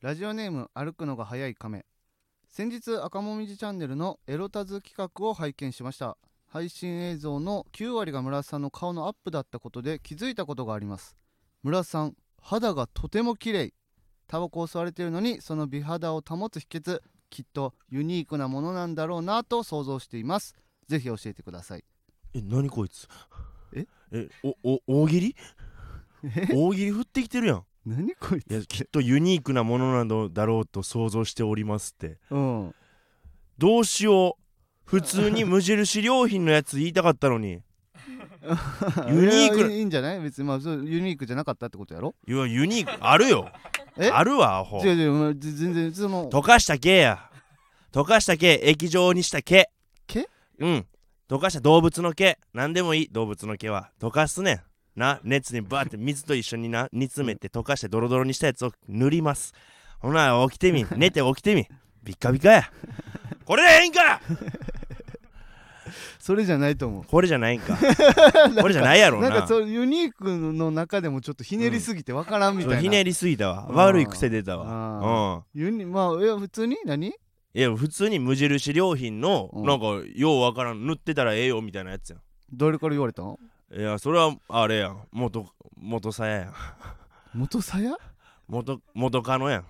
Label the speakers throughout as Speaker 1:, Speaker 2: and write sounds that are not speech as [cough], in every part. Speaker 1: ラジオネーム歩くのが早い亀先日赤もみじチャンネルのエロタズ企画を拝見しました配信映像の9割が村瀬さんの顔のアップだったことで気づいたことがあります村瀬さん肌がとても綺麗タバコを吸われているのにその美肌を保つ秘訣きっとユニークなものなんだろうなと想像していますぜひ教えてください
Speaker 2: え何こいつ
Speaker 1: え
Speaker 2: えおお大喜利大喜利振ってきてるやん
Speaker 1: 何こい
Speaker 2: いやきっとユニークなものなのだろうと想像しておりますって
Speaker 1: うん
Speaker 2: どうしよう普通に無印良品のやつ言いたかった
Speaker 1: [laughs]
Speaker 2: のにユニーク
Speaker 1: いやいいいんじゃない別にまあそうユニークじゃなかったってことやろ
Speaker 2: いやユニークあるよ
Speaker 1: え
Speaker 2: あるわアホ
Speaker 1: 違う違うまあぜ全然その
Speaker 2: 溶かした毛や溶かした毛液状にした毛
Speaker 1: 毛
Speaker 2: うん溶かした動物の毛何でもいい動物の毛は溶かすねんな熱にバーって水と一緒にな煮詰めて溶かしてドロドロにしたやつを塗りますほな起きてみ
Speaker 1: [laughs]
Speaker 2: 寝て起きてみビッカビカやこれでええんか
Speaker 1: それじゃないと思う
Speaker 2: これじゃないん
Speaker 1: [laughs]
Speaker 2: かこれじゃないやろう
Speaker 1: な
Speaker 2: なん
Speaker 1: かそうユニークの中でもちょっとひねりすぎてわからんみたいな、
Speaker 2: ひねりすぎたわ
Speaker 1: うん
Speaker 2: 悪い癖出た
Speaker 1: あ
Speaker 2: わうん
Speaker 1: ユニまあいや普通に何
Speaker 2: いや普通に無印良品の
Speaker 1: うん
Speaker 2: なんかようわからん塗ってたらええよみたいなやつやん
Speaker 1: 誰から言われたの
Speaker 2: いやそれはあれやん元元さややん
Speaker 1: 元さや
Speaker 2: 元元カノやん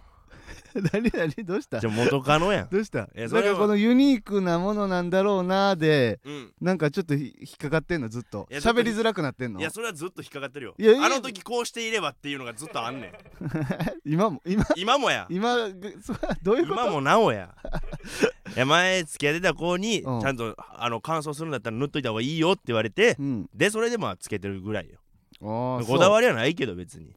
Speaker 1: [laughs] 何何どうした
Speaker 2: じ
Speaker 1: ど
Speaker 2: ゃあ元カノや
Speaker 1: [laughs]
Speaker 2: ん
Speaker 1: うした
Speaker 2: い
Speaker 1: な
Speaker 2: や
Speaker 1: ん
Speaker 2: それは
Speaker 1: かこのユニークなものなんだろうなで
Speaker 2: うん
Speaker 1: なんかちょっとひ引っかかってんのずっと
Speaker 2: いやちょっと
Speaker 1: 喋りづらくなってんの
Speaker 2: いやそれはずっと引っかかってるよ
Speaker 1: いやいい
Speaker 2: あの時こうしていればっていうのがずっとあんねん
Speaker 1: 今も今
Speaker 2: 今もや
Speaker 1: 今 [laughs] そどういうこと
Speaker 2: 今もなお
Speaker 1: [laughs]
Speaker 2: やいや前付き合ってた子にち
Speaker 1: うん
Speaker 2: ゃんとあの乾燥するんだったら塗っといた方がいいよって言われて
Speaker 1: うん
Speaker 2: でそれでまあつけてるぐらいよ
Speaker 1: ああ
Speaker 2: こだわりはないけど別に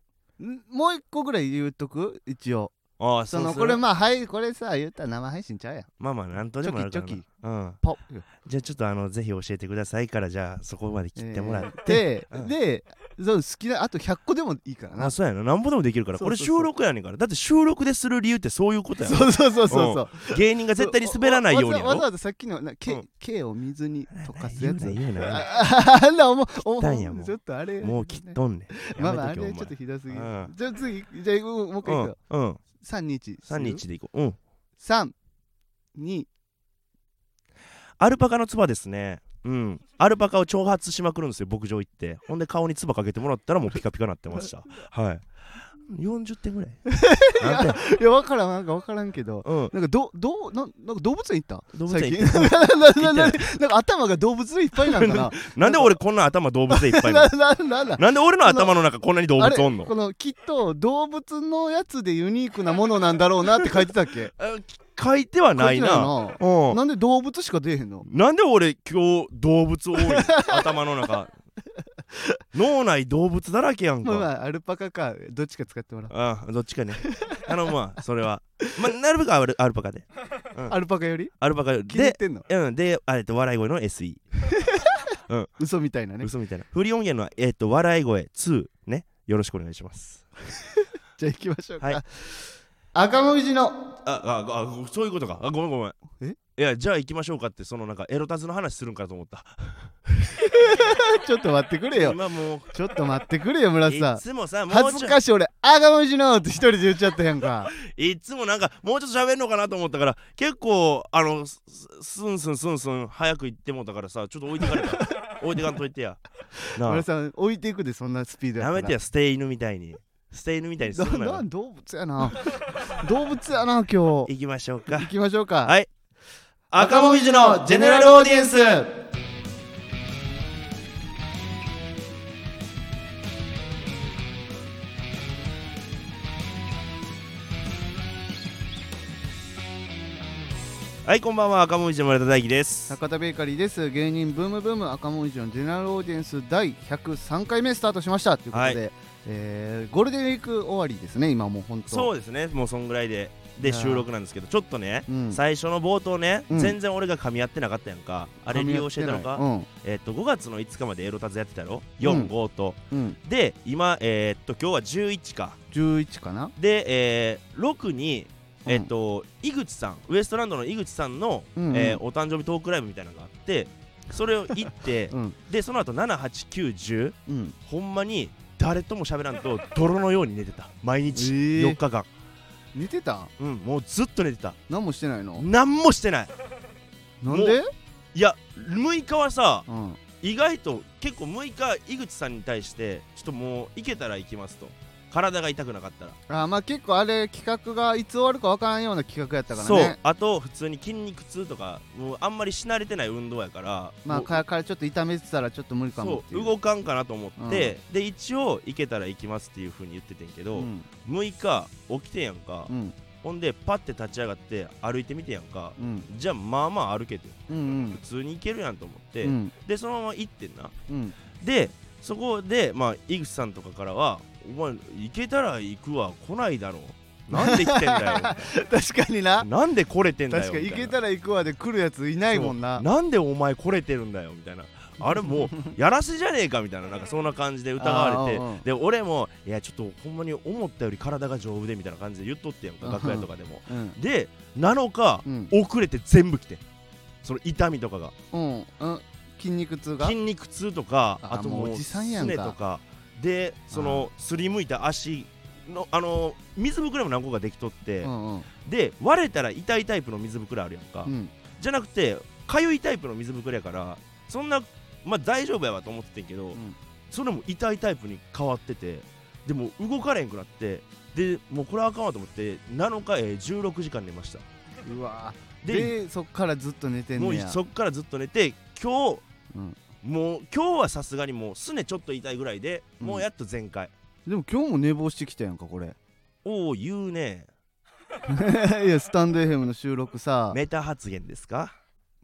Speaker 1: もう一個ぐらい言っとく一応
Speaker 2: ああ
Speaker 1: そ
Speaker 2: そう
Speaker 1: の
Speaker 2: する
Speaker 1: これまあはいこれさ言ったら生配信ちゃうやん
Speaker 2: まあまあなんとでもなるからな
Speaker 1: チョキチ
Speaker 2: うん
Speaker 1: ポ
Speaker 2: じゃあちょっとあのぜひ教えてくださいからじゃあそこまで切ってもらって、
Speaker 1: で、
Speaker 2: うん
Speaker 1: でそう好きなあと100個でもいいからな
Speaker 2: あそうやななんぼでもできるから
Speaker 1: そうそうそう
Speaker 2: これ収録やねんからだって収録でする理由ってそういうことや
Speaker 1: [laughs]
Speaker 2: ろ
Speaker 1: そうそうそうそうそう
Speaker 2: 芸人が絶対に滑らないように
Speaker 1: わ
Speaker 2: や
Speaker 1: ざわざ
Speaker 2: ろ
Speaker 1: わざさっきのな、け
Speaker 2: うん
Speaker 1: けを水に溶かすやつ
Speaker 2: 言うな言うな
Speaker 1: ああんな思う
Speaker 2: たんやもう
Speaker 1: ちょっとあれ
Speaker 2: もう切っとんねん
Speaker 1: ま
Speaker 2: や
Speaker 1: あまああ
Speaker 2: めとけ
Speaker 1: れ
Speaker 2: お
Speaker 1: ちょっとひどすぎる
Speaker 2: うん
Speaker 1: じゃあ次じゃあもう一回い
Speaker 2: 前
Speaker 1: くよ
Speaker 2: うんうん
Speaker 1: 321
Speaker 2: 3日でいこううん
Speaker 1: 三二
Speaker 2: アルパカの唾ですねうんアルパカを挑発しまくるんですよ牧場行ってほんで顔に唾かけてもらったらもうピカピカなってましたはい40点ぐらい何点
Speaker 1: いやわからんなんかわからんけど
Speaker 2: うん
Speaker 1: なんかどどうなんなんか動物園行った
Speaker 2: 動物園行
Speaker 1: 最近な [laughs] ななななんか頭が動物でいっぱいなんかな
Speaker 2: なんで俺こんな頭動物でいっぱいな
Speaker 1: な [laughs]
Speaker 2: の
Speaker 1: ななな
Speaker 2: なんで俺の頭の中こんなに動物
Speaker 1: あれ
Speaker 2: おんの
Speaker 1: このきっと動物のやつでユニークなものなんだろうなって書いてたっけ
Speaker 2: あ書いては [laughs] ない
Speaker 1: 書て
Speaker 2: なうん
Speaker 1: なんで動物しか出えへんの
Speaker 2: なんで俺今日動物多い
Speaker 1: [laughs]
Speaker 2: の頭の中脳内動物だらけやん
Speaker 1: まあま
Speaker 2: か
Speaker 1: あアルパカかどっちか使ってもらう
Speaker 2: ああどっちかねあのまあそれは、まあ、なるべくアルアルパカで
Speaker 1: アルパカより
Speaker 2: アルパカ
Speaker 1: 気に入っ
Speaker 2: で
Speaker 1: てんの
Speaker 2: うんであえっと笑い声の SE
Speaker 1: 嘘みたいなね
Speaker 2: 嘘みたいなフリ音源のえっと笑い声2ねよろしくお願いします
Speaker 1: じゃあ行きましょうか、
Speaker 2: はい
Speaker 1: 赤もみじの [laughs]
Speaker 2: あああそういうことかあごめんごめん
Speaker 1: え
Speaker 2: いやじゃあ行きましょうかってそのなんかエロタズの話するんかと思った
Speaker 1: ちょっと待ってくれよ
Speaker 2: 今もう
Speaker 1: ちょっと待ってくれよ村瀬
Speaker 2: い
Speaker 1: さん
Speaker 2: つもさもう
Speaker 1: 恥
Speaker 2: ち
Speaker 1: ず
Speaker 2: ょ
Speaker 1: かしい俺赤もみじのって一人で言っちゃったやんか
Speaker 2: いつもなんかもうちょっと喋るのかなと思ったから結構あのすすんすんすんすん早く行ってもうたからさちょっと置いて
Speaker 1: [laughs]
Speaker 2: かれた置いてかんといてやな
Speaker 1: 村瀬
Speaker 2: あ
Speaker 1: さん置いていくでそんなスピードや
Speaker 2: や
Speaker 1: ったら
Speaker 2: めてや捨て犬みたいに捨て犬みたいにするな
Speaker 1: な
Speaker 2: よ
Speaker 1: な動物や
Speaker 2: [laughs]
Speaker 1: な動物やな今日行
Speaker 2: 行きましょうか
Speaker 1: きましょうか
Speaker 2: はい赤もみじのジェネラルオーディエンスはいこんばんは赤もみじの村田大樹です
Speaker 1: 坂田ベーカリーです芸人ブームブーム赤もみじのジェネラルオーディエンス第103回目スタートしましたということで、
Speaker 2: は
Speaker 1: えーゴールデンウィーク終わりですね今もう本当
Speaker 2: そうですねもうそんぐらいで
Speaker 1: い
Speaker 2: で
Speaker 1: やー
Speaker 2: 収録なんですけどちょっとね、
Speaker 1: うん
Speaker 2: 最初の冒頭ね、
Speaker 1: うん
Speaker 2: 全然俺が噛み合ってなかったやんかあれ利用してたのか、
Speaker 1: うん
Speaker 2: えっと5月の5日までエロタズやってたやろ
Speaker 1: うん
Speaker 2: 45と、
Speaker 1: うん
Speaker 2: で今えーっと今日は11か
Speaker 1: 11かな
Speaker 2: で、えー6に
Speaker 1: うん
Speaker 2: えーっと、井口さんウエストランドの井口さんの、
Speaker 1: うんうん
Speaker 2: えーお誕生日トークライブみたいなのがあってそれを行って、
Speaker 1: [laughs] うん
Speaker 2: でその後78910
Speaker 1: うん
Speaker 2: ほんまに誰とも喋らんと泥のように寝てた毎日
Speaker 1: えー
Speaker 2: 4日間、
Speaker 1: 寝てた
Speaker 2: うんもうずっと寝てた
Speaker 1: 何もしてないの
Speaker 2: 何もしてない
Speaker 1: なんで
Speaker 2: いや6日はさ
Speaker 1: うん
Speaker 2: 意外と結構6日井口さんに対してちょっともう行けたら行きますと体が痛くなかったら
Speaker 1: あまあ結構あれ企画がいつ終わるか分からんような企画やったから
Speaker 2: そ
Speaker 1: ね
Speaker 2: うあと普通に筋肉痛とかもうあんまりし慣れてない運動やから
Speaker 1: まあ
Speaker 2: もう
Speaker 1: からからちょっと痛めてたらちょっと無理かもって
Speaker 2: そ
Speaker 1: いうう
Speaker 2: 動かんかなと思って、で一応行けたら行きますっていうふうに言っててんけど、
Speaker 1: うん
Speaker 2: 6日起きてんやんか、
Speaker 1: うん
Speaker 2: ほんでパッて立ち上がって歩いてみてんやんか
Speaker 1: うん
Speaker 2: じゃあまあまあ歩けて
Speaker 1: うんう
Speaker 2: 普
Speaker 1: ん
Speaker 2: 通に行けるやんと思って、
Speaker 1: うん
Speaker 2: でそのまま行ってんな [laughs]
Speaker 1: うん
Speaker 2: でそこでまあ井口さんとかからは「お前行けたら行くわ来ないだろうなんで来てんだ
Speaker 1: 確かにな [laughs]
Speaker 2: よなんで来れてんだよ」
Speaker 1: 確かに
Speaker 2: み
Speaker 1: 行
Speaker 2: たい
Speaker 1: け
Speaker 2: な
Speaker 1: たら行くわで来るやついないもんな
Speaker 2: なんでお前来れてるんだよみたいなあ
Speaker 1: [laughs]
Speaker 2: れもうやらせじゃねえかみたいななんかそんな感じで疑わ
Speaker 1: あ
Speaker 2: れ
Speaker 1: ーうんうん
Speaker 2: てで俺もいやちょっとほんまに思ったより体が丈夫でみたいな感じで言っとってやんか
Speaker 1: うん
Speaker 2: 楽屋とかでも
Speaker 1: うん
Speaker 2: で7日
Speaker 1: うん
Speaker 2: 遅れて全部来てんその痛みとかが
Speaker 1: うんうん筋肉痛が
Speaker 2: 筋肉痛とか
Speaker 1: あ
Speaker 2: あとも
Speaker 1: もうお
Speaker 2: う
Speaker 1: じさんやんか
Speaker 2: すねとかでそのすりむいた足のあの水ぶくれも何個かできとって
Speaker 1: うんうん
Speaker 2: で割れたら痛いタイプの水ぶくれあるやんか
Speaker 1: うん
Speaker 2: じゃなくてかゆいタイプの水ぶくれやからそんなまあ大丈夫やわと思っててんけど、
Speaker 1: ん
Speaker 2: それも痛いタイプに変わっててでもう動かれんくなってでもうこれはあかんわと思って7日、えー16時間寝ました
Speaker 1: うわー
Speaker 2: で
Speaker 1: でそっからずっと寝てん
Speaker 2: も
Speaker 1: ね
Speaker 2: う
Speaker 1: や
Speaker 2: そっからずっと寝て今日、
Speaker 1: うん
Speaker 2: もう今日はさすがにもうすねちょっと痛いぐらいでもうやっと全開、
Speaker 1: でも今日も寝坊してきたやんかこれ [laughs]
Speaker 2: おお言うね
Speaker 1: いやスタンド FM の収録さ
Speaker 2: メタ発言ですか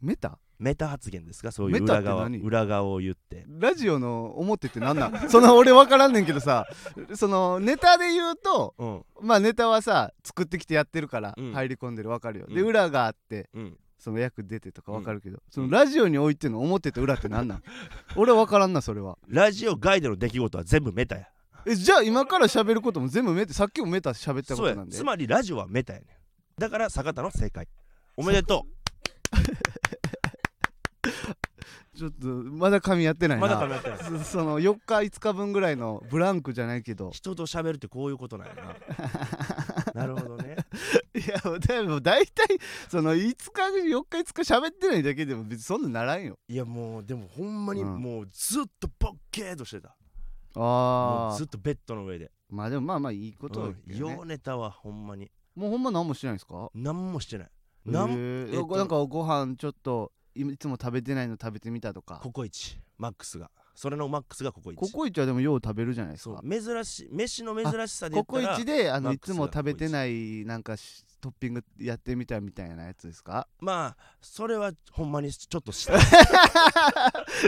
Speaker 1: メタ
Speaker 2: メタ発言ですかそういう
Speaker 1: メタっ
Speaker 2: 裏
Speaker 1: て
Speaker 2: 側
Speaker 1: 何
Speaker 2: 裏側を言って
Speaker 1: ラジオの表ってなんなんその俺分からんねんけどさそのネタで言うと
Speaker 2: うん
Speaker 1: まあネタはさ作ってきてやってるから
Speaker 2: うん
Speaker 1: 入り込んでる分かるよ、で
Speaker 2: うん
Speaker 1: 裏があって
Speaker 2: うん
Speaker 1: その役出てとか分かるけど、そうの
Speaker 2: ん
Speaker 1: ラジオにおいての表と裏ってなんなん
Speaker 2: [laughs]
Speaker 1: 俺は分からんなそれは
Speaker 2: ラジオ外での出来事は全部メタや
Speaker 1: えじゃあ今から喋ることも全部メタさっきもメタ喋ったこ
Speaker 2: そう
Speaker 1: と
Speaker 2: や
Speaker 1: なんで
Speaker 2: つまりラジオはメタやねんだから坂田の正解おめでと
Speaker 1: ちょっとまだ髪やってな
Speaker 2: う
Speaker 1: いな
Speaker 2: まだ噛み合ってない
Speaker 1: そその4日5日分ぐらいのブランクじゃないけど
Speaker 2: 人と喋るってこういうことなんや
Speaker 1: [laughs]
Speaker 2: ななるほどね
Speaker 1: いやでも大体その5日4日5日喋ってないだけでも別にそんなならんよ
Speaker 2: いやもうでもほんまに
Speaker 1: うん
Speaker 2: もうずっとボッケーとしてた、も
Speaker 1: あ
Speaker 2: うずっとベッドの上で、
Speaker 1: まあでもまあまあいいことだけ
Speaker 2: うん
Speaker 1: どね、
Speaker 2: ようネタはほんまに
Speaker 1: もうほんま何もしてないんですか
Speaker 2: 何もしてない
Speaker 1: な
Speaker 2: なん
Speaker 1: え
Speaker 2: えっと
Speaker 1: なんかご飯ちょっといいつも食べてないの食べてみたとか
Speaker 2: ココイチマックスがそれのマックスがココイチ
Speaker 1: ココイチはでもよう食べるじゃないです
Speaker 2: そう
Speaker 1: か
Speaker 2: 珍しい飯の珍しさで言
Speaker 1: コ
Speaker 2: った
Speaker 1: コイ
Speaker 2: ら
Speaker 1: チであの
Speaker 2: マ
Speaker 1: い
Speaker 2: ック
Speaker 1: つ
Speaker 2: ス
Speaker 1: も
Speaker 2: が
Speaker 1: 食べてないなんかしトッピングやってみたみたいなやつです
Speaker 2: [laughs]
Speaker 1: か
Speaker 2: まあそれはほんまにちょっとした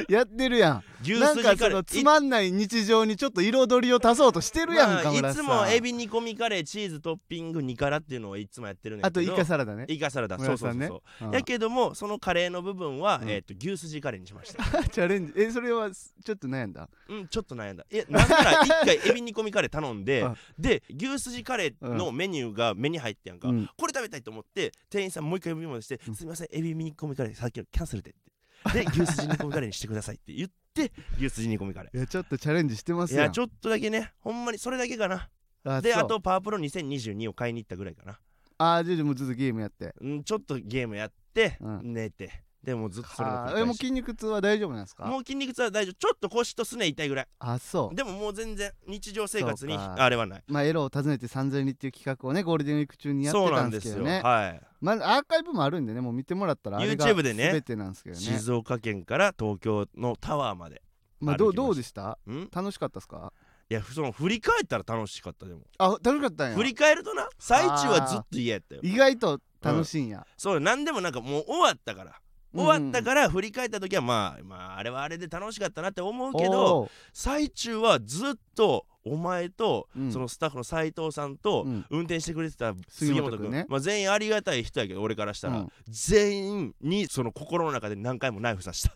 Speaker 1: やってるや
Speaker 2: 牛
Speaker 1: ん [laughs] なん
Speaker 2: すじ
Speaker 1: か
Speaker 2: か
Speaker 1: そ
Speaker 2: ら
Speaker 1: のつまんない日常にちょっと彩りを足そうとしてるやんか、
Speaker 2: まあ、
Speaker 1: 村
Speaker 2: い
Speaker 1: 瀬さ
Speaker 2: つ
Speaker 1: ん
Speaker 2: もエビ煮込みカレーチーズトッピング2辛っていうのをいつもやってるんだ
Speaker 1: あ
Speaker 2: けど
Speaker 1: とイカサラダね
Speaker 2: イカサラダ
Speaker 1: 村
Speaker 2: そ
Speaker 1: 井さ
Speaker 2: うそうんそう
Speaker 1: ね
Speaker 2: そう、
Speaker 1: うん
Speaker 2: やけどもそのカレーの部分は、
Speaker 1: うん
Speaker 2: えー、と牛すじカレーにしました
Speaker 1: チャレンジえそれはすちょっと悩んだ
Speaker 2: うんちょっと悩んだいやなんなら一回エビ煮込みカレー頼ん
Speaker 1: [laughs]
Speaker 2: で
Speaker 1: うん
Speaker 2: で牛すじカレーのメニューが目に入ってやんか、
Speaker 1: うん
Speaker 2: これ食べたいと思って店員さんもう一回呼び戻して「
Speaker 1: うん
Speaker 2: すみませんエビ煮込みカレーさっきのキャンセルで」
Speaker 1: [laughs]
Speaker 2: ってで牛すじ煮込みカレーにしてくださいって言って牛すじ煮込みカレ
Speaker 1: いやちょっとチャレンジしてま
Speaker 2: ー
Speaker 1: す
Speaker 2: い
Speaker 1: やん
Speaker 2: やちょっとだけねほんまにそれだけかな
Speaker 1: あ
Speaker 2: で
Speaker 1: そう
Speaker 2: あとパワープロ2022を買いに行ったぐらいかな
Speaker 1: あーじゃあもうずっとゲームやって
Speaker 2: うん、ちょっとゲームやって、
Speaker 1: うん
Speaker 2: 寝てでもうずっとそれの繰
Speaker 1: あ
Speaker 2: り返
Speaker 1: ー
Speaker 2: し
Speaker 1: えもう筋肉痛は大丈夫なんですか
Speaker 2: もう筋肉痛は大丈夫ちょっと腰とすね痛いぐらい
Speaker 1: あそう
Speaker 2: でももう全然日常生活に
Speaker 1: そうか
Speaker 2: あれはない
Speaker 1: まあエロを訪ねて3000人っていう企画をねゴールデンウィーク中にやっ
Speaker 2: そう
Speaker 1: て
Speaker 2: な
Speaker 1: た
Speaker 2: ん
Speaker 1: ん
Speaker 2: で
Speaker 1: ですけ
Speaker 2: す
Speaker 1: ど
Speaker 2: よ
Speaker 1: ね
Speaker 2: は
Speaker 1: まあアーカイブもあるんでねもう見てもらったらあれが
Speaker 2: YouTube でね
Speaker 1: 全てなんですけ
Speaker 2: い
Speaker 1: どね
Speaker 2: 静岡県から東京のタワーまで
Speaker 1: まあど
Speaker 2: 歩
Speaker 1: う
Speaker 2: きました
Speaker 1: どうでした
Speaker 2: んい
Speaker 1: 楽しかったですか
Speaker 2: やその振り返ったら楽しかったでも
Speaker 1: あ楽しかったんや
Speaker 2: 振り返るとな最中はずっと嫌やったよ
Speaker 1: 意外と楽しいんや、
Speaker 2: そうなんでもなんかもう終わったから
Speaker 1: うん
Speaker 2: 終わったから振り返った時はまあまああれはあれで楽しかったなって思うけど
Speaker 1: おー
Speaker 2: 最中はずっとお前と
Speaker 1: うん
Speaker 2: そのスタッフの斉藤さんと
Speaker 1: うん
Speaker 2: 運転してくれてた
Speaker 1: 杉
Speaker 2: 杉
Speaker 1: 本
Speaker 2: 本
Speaker 1: 君
Speaker 2: 君、
Speaker 1: ね
Speaker 2: まあ、全員ありがたい人やけど俺からしたら、
Speaker 1: うん
Speaker 2: 全員にその心の中で何回もナイフ刺した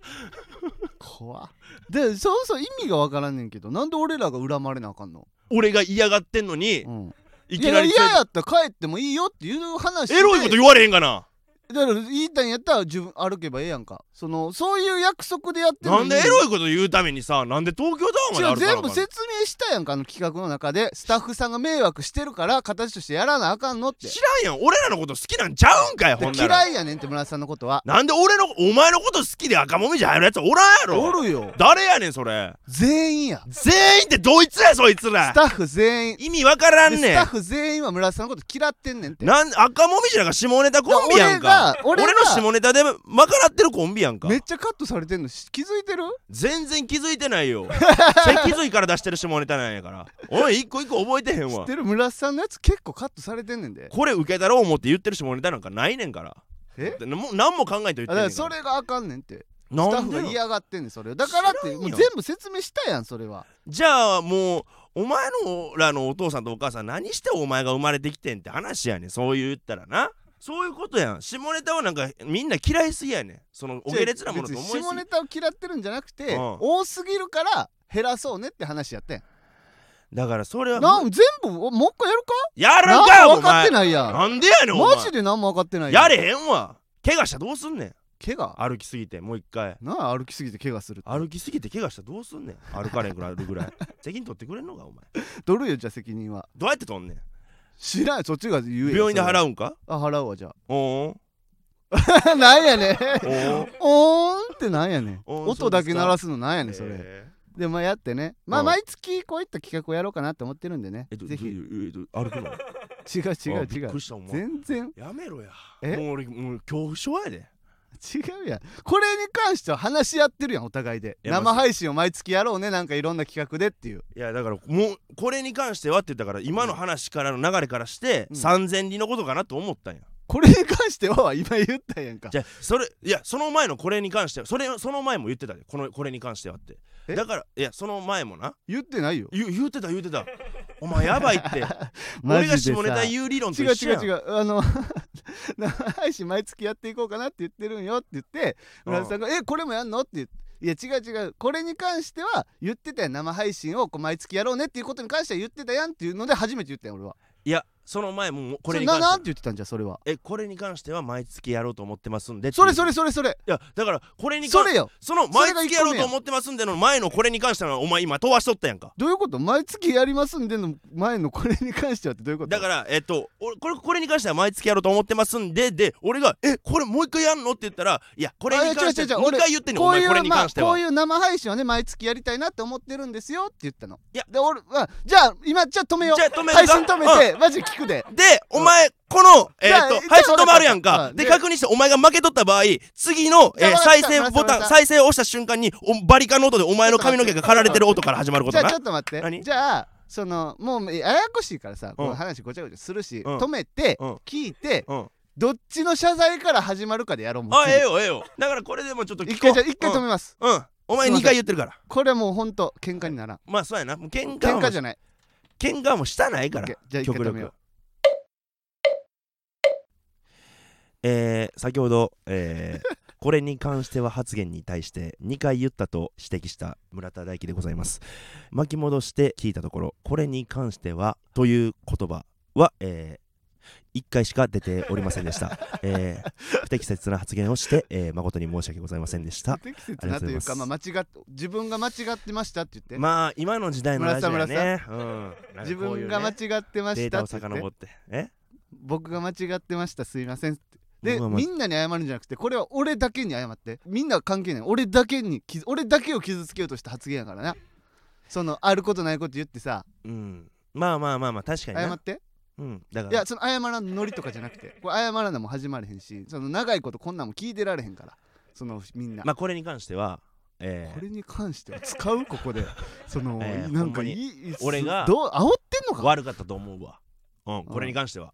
Speaker 2: [laughs]
Speaker 1: 怖っでそうそう意味がわからんねんけどなんで俺らが恨まれなあかんの、
Speaker 2: 俺が嫌がってんのに、
Speaker 1: うん、
Speaker 2: いきなり
Speaker 1: や嫌やったら帰ってもいいよっていう話で
Speaker 2: エロいこと言われへんかな
Speaker 1: だから言いたいんやったら自分歩けばええやんかそのそういう約束でやってる
Speaker 2: な
Speaker 1: の
Speaker 2: ん
Speaker 1: に
Speaker 2: でエロいこと言うためにさなんで東京タワーまで
Speaker 1: 違う全
Speaker 2: 歩かなあかん
Speaker 1: 部
Speaker 2: の
Speaker 1: 説明したやんかあの企画の中でスタッフさんが迷惑してるから形としてやらなあかんのって
Speaker 2: 知らんやん俺らのこと好きなんちゃうんかいほんなら
Speaker 1: 嫌いやねんって村田さんのことは
Speaker 2: なんで俺のお前のこと好きで赤もみじ入るやつおらんやろ
Speaker 1: おるよ
Speaker 2: 誰やねんそれ
Speaker 1: 全員や
Speaker 2: 全員ってどいつやそいつら
Speaker 1: スタッフ全員
Speaker 2: 意味わから
Speaker 1: で
Speaker 2: ん
Speaker 1: ス
Speaker 2: ね
Speaker 1: タッ
Speaker 2: ん
Speaker 1: フ全員は村田さんのこと嫌ってんねんって
Speaker 2: なん赤もみじなんか下ネタコンビやんか
Speaker 1: 俺が俺が
Speaker 2: の下ネタでまからってるコンビやんか
Speaker 1: めっちゃカットされてんのし気づいてる
Speaker 2: 全然気づいてな
Speaker 1: [laughs]
Speaker 2: いよ脊髄から出してる下ネタなんやからおい一個一個覚えてへん
Speaker 1: 知っ
Speaker 2: わ
Speaker 1: てる村田さんのやつ結構カットされてんねんで
Speaker 2: これ受けたろう思って言ってる下ネタなんかないねんから
Speaker 1: え
Speaker 2: でもう何も考えて言ってんねん
Speaker 1: あだからそれがあかんねんってスタ
Speaker 2: な
Speaker 1: ッ
Speaker 2: ん
Speaker 1: フ
Speaker 2: で
Speaker 1: が
Speaker 2: よ
Speaker 1: 嫌がってんねんそれをだからっ
Speaker 2: 知ら
Speaker 1: て
Speaker 2: ん
Speaker 1: もう
Speaker 2: よ
Speaker 1: 全部説明したやんそれは
Speaker 2: じゃあもうお前のらのお父さんとお母さん何してお前が生まれてきてんって話やねんそう言ったらなそういうことやん下ネタはなんかみんな嫌いすぎやねんそのお下劣なものと思いす
Speaker 1: 別
Speaker 2: ぎ
Speaker 1: に下ネタを嫌ってるんじゃなくて、
Speaker 2: うん
Speaker 1: 多すぎるから減らそうねって話やってん
Speaker 2: だからそれは
Speaker 1: なん全部おもう一回やるか
Speaker 2: やるんか
Speaker 1: 何
Speaker 2: よ
Speaker 1: も
Speaker 2: お
Speaker 1: 分かっ
Speaker 2: 前
Speaker 1: てないやん
Speaker 2: なんでやねんお前
Speaker 1: マジで何も分かってない
Speaker 2: や
Speaker 1: ん
Speaker 2: れへんわ怪我したらどうすんねん
Speaker 1: 怪我
Speaker 2: 歩きすぎてもう一回
Speaker 1: なあ歩きすぎて怪我するって
Speaker 2: 歩きすぎて怪我したらどうすんねん歩かれんくらいあるぐら
Speaker 1: [laughs]
Speaker 2: い責任取ってくれんのかお前
Speaker 1: 取るよじゃあ責任は
Speaker 2: どうやって取んねん
Speaker 1: 知らんそっちが言えよ
Speaker 2: 病院で
Speaker 1: それは
Speaker 2: 払うんか
Speaker 1: あ払うわじゃ
Speaker 2: おーん
Speaker 1: あ [laughs] なんやねん
Speaker 2: おーん
Speaker 1: おーんってなんやねん
Speaker 2: [laughs] おーん
Speaker 1: 音だけ鳴らすのなんやねんそれ、
Speaker 2: えー
Speaker 1: でまあやってねまあ
Speaker 2: うん
Speaker 1: 毎月こういった企画をやろうかなって思ってるんでね
Speaker 2: えど
Speaker 1: ぜひ
Speaker 2: どういうえど歩くの
Speaker 1: 違う違
Speaker 2: あ
Speaker 1: う
Speaker 2: び
Speaker 1: 違
Speaker 2: っく
Speaker 1: う
Speaker 2: りしたお前
Speaker 1: 全然
Speaker 2: やめろや
Speaker 1: え
Speaker 2: もう俺もう恐怖症やで
Speaker 1: 違うやんこれに関しては話し合ってるやんお互いで
Speaker 2: いやま
Speaker 1: 生
Speaker 2: あ
Speaker 1: 配信を毎月やろうねなんかいろんな企画でっていう
Speaker 2: いやだからもうこれに関してはって言ったから今の話からの流れからして、
Speaker 1: うん
Speaker 2: 3000里のことかなと思ったんや
Speaker 1: これに関しては今言ったやんか
Speaker 2: じゃあそれいやその前のこれに関してはそれその前も言ってたでこのこれに関してはって
Speaker 1: え
Speaker 2: だからいやその前もな
Speaker 1: 言ってないよ
Speaker 2: 言言ってた言ってたお前やばいって
Speaker 1: [laughs] マ
Speaker 2: 俺
Speaker 1: ジ
Speaker 2: が
Speaker 1: でさ
Speaker 2: 下ネタ言う理論と
Speaker 1: 違う
Speaker 2: 一
Speaker 1: 違
Speaker 2: 緒やん
Speaker 1: う違うあの [laughs] 生配信毎月やっていこうかなって言ってるんよって言って
Speaker 2: うん
Speaker 1: 村田さんが「えこれもやんの?」って言って。いや違う違うこれに関しては言ってたやん生配信をこう毎月やろうねっていうことに関しては言ってたやんっていうので初めて言ったやん俺はい
Speaker 2: やその前もこ
Speaker 1: こ
Speaker 2: れ
Speaker 1: れ
Speaker 2: に
Speaker 1: な
Speaker 2: 関
Speaker 1: な
Speaker 2: し
Speaker 1: んて
Speaker 2: て
Speaker 1: 言ってたんじゃんそれは
Speaker 2: えこれに関しては毎月やろうと思ってますんでっていう
Speaker 1: それそれそれそれ
Speaker 2: いやだからこれに
Speaker 1: そ
Speaker 2: 関
Speaker 1: れよ
Speaker 2: その
Speaker 1: それ
Speaker 2: 毎
Speaker 1: が
Speaker 2: 月やろうと思ってますんでの前のこれに関してはお前今飛ばしとったやんか
Speaker 1: どういうこと毎月やりますんでの前のこれに関してはってどういうこと
Speaker 2: だからえっと俺これこれに関しては毎月やろうと思ってますんでで俺が「えこれもう一回やんの?」って言ったら「いやこれに関して
Speaker 1: あいや違う違う
Speaker 2: はもう一回言ってんのお前これに関して
Speaker 1: まあ、
Speaker 2: は
Speaker 1: こう」いう生配信をね毎月やりたいなって思ってるんですよって言ったの
Speaker 2: いや
Speaker 1: で俺はじゃあ今じゃあ止めよう
Speaker 2: じゃあ止めるか
Speaker 1: 配信止めてマジ聞くで
Speaker 2: でお前このえっ
Speaker 1: じゃあ
Speaker 2: と配信
Speaker 1: じゃあ
Speaker 2: 止まるやん
Speaker 1: う
Speaker 2: か
Speaker 1: ん
Speaker 2: で
Speaker 1: で
Speaker 2: 確認してお前が負けとった場合次の
Speaker 1: じゃあ
Speaker 2: えー
Speaker 1: わかっ
Speaker 2: 再
Speaker 1: た
Speaker 2: 生ボ
Speaker 1: わ
Speaker 2: タ
Speaker 1: かっ
Speaker 2: ン
Speaker 1: た
Speaker 2: 再生を押した瞬間におバリカンの音でお前の髪の毛が刈られてる音から始まるこ
Speaker 1: じゃ
Speaker 2: と
Speaker 1: あ
Speaker 2: な
Speaker 1: ちょっと待って
Speaker 2: 何
Speaker 1: じゃあそのもうえややこしいからさ、この話ごちゃごちゃするし、
Speaker 2: うん
Speaker 1: 止めて、
Speaker 2: うん
Speaker 1: 聞いて
Speaker 2: うん
Speaker 1: どっちの謝罪から始まるかでやろうもう
Speaker 2: あええ
Speaker 1: よ
Speaker 2: よええよだからこれでもちょっと聞
Speaker 1: 一
Speaker 2: こ
Speaker 1: 回
Speaker 2: う
Speaker 1: じゃあ一回止めます、
Speaker 2: うんうんお前
Speaker 1: すいません
Speaker 2: 2回言ってるから
Speaker 1: これはもうほんと喧嘩にならん
Speaker 2: まあそうやなもう喧嘩
Speaker 1: 喧
Speaker 2: は
Speaker 1: 嘩じゃない
Speaker 2: 喧嘩はもうしたないから
Speaker 1: オッケーじゃあ一回
Speaker 2: 極
Speaker 1: 止めよ
Speaker 2: 力
Speaker 1: う
Speaker 2: えー先ほど、えー
Speaker 1: [laughs]
Speaker 2: これに関しては発言に対して2回言ったと指摘した村田大樹でございます巻き戻して聞いたところこれに関してはという言葉は、え1回しか出ておりませんでした、えー不適切な発言をして、えー誠に申し訳ございませんでした
Speaker 1: 不適切なというか
Speaker 2: ありがとうございます
Speaker 1: まあ、間違っ自分が間違ってましたって言って、
Speaker 2: まあ今の時代のラジオやね、うん、なんかこういう
Speaker 1: 自分
Speaker 2: ね
Speaker 1: が間違ってま
Speaker 2: デ
Speaker 1: し
Speaker 2: ータ
Speaker 1: た
Speaker 2: を
Speaker 1: って言って
Speaker 2: 遡ってえ
Speaker 1: 僕が間違ってましたすいませんってで
Speaker 2: 僕が間違
Speaker 1: みんなに謝るんじゃなくてこれは俺だけに謝ってみんなは関係ない俺だけに傷俺だけを傷つけようとした発言やからなそのあることないこと言ってさ
Speaker 2: うんまあまあまあまあ確かに
Speaker 1: 謝
Speaker 2: な
Speaker 1: って
Speaker 2: うんだか
Speaker 1: い
Speaker 2: ら
Speaker 1: やその謝らんノリとかじゃなくてこれ謝らんのも始まれへんしその長いことこんなんも聞いてられへんからそのみんな、
Speaker 2: まあこれに関してはえ
Speaker 1: こ
Speaker 2: ー
Speaker 1: れに関しては使うここでその、
Speaker 2: [laughs] ええ
Speaker 1: なんか
Speaker 2: ほんま
Speaker 1: い
Speaker 2: に
Speaker 1: い
Speaker 2: 俺が
Speaker 1: どう煽ってんのか
Speaker 2: 悪かったと思うわうんこれに関しては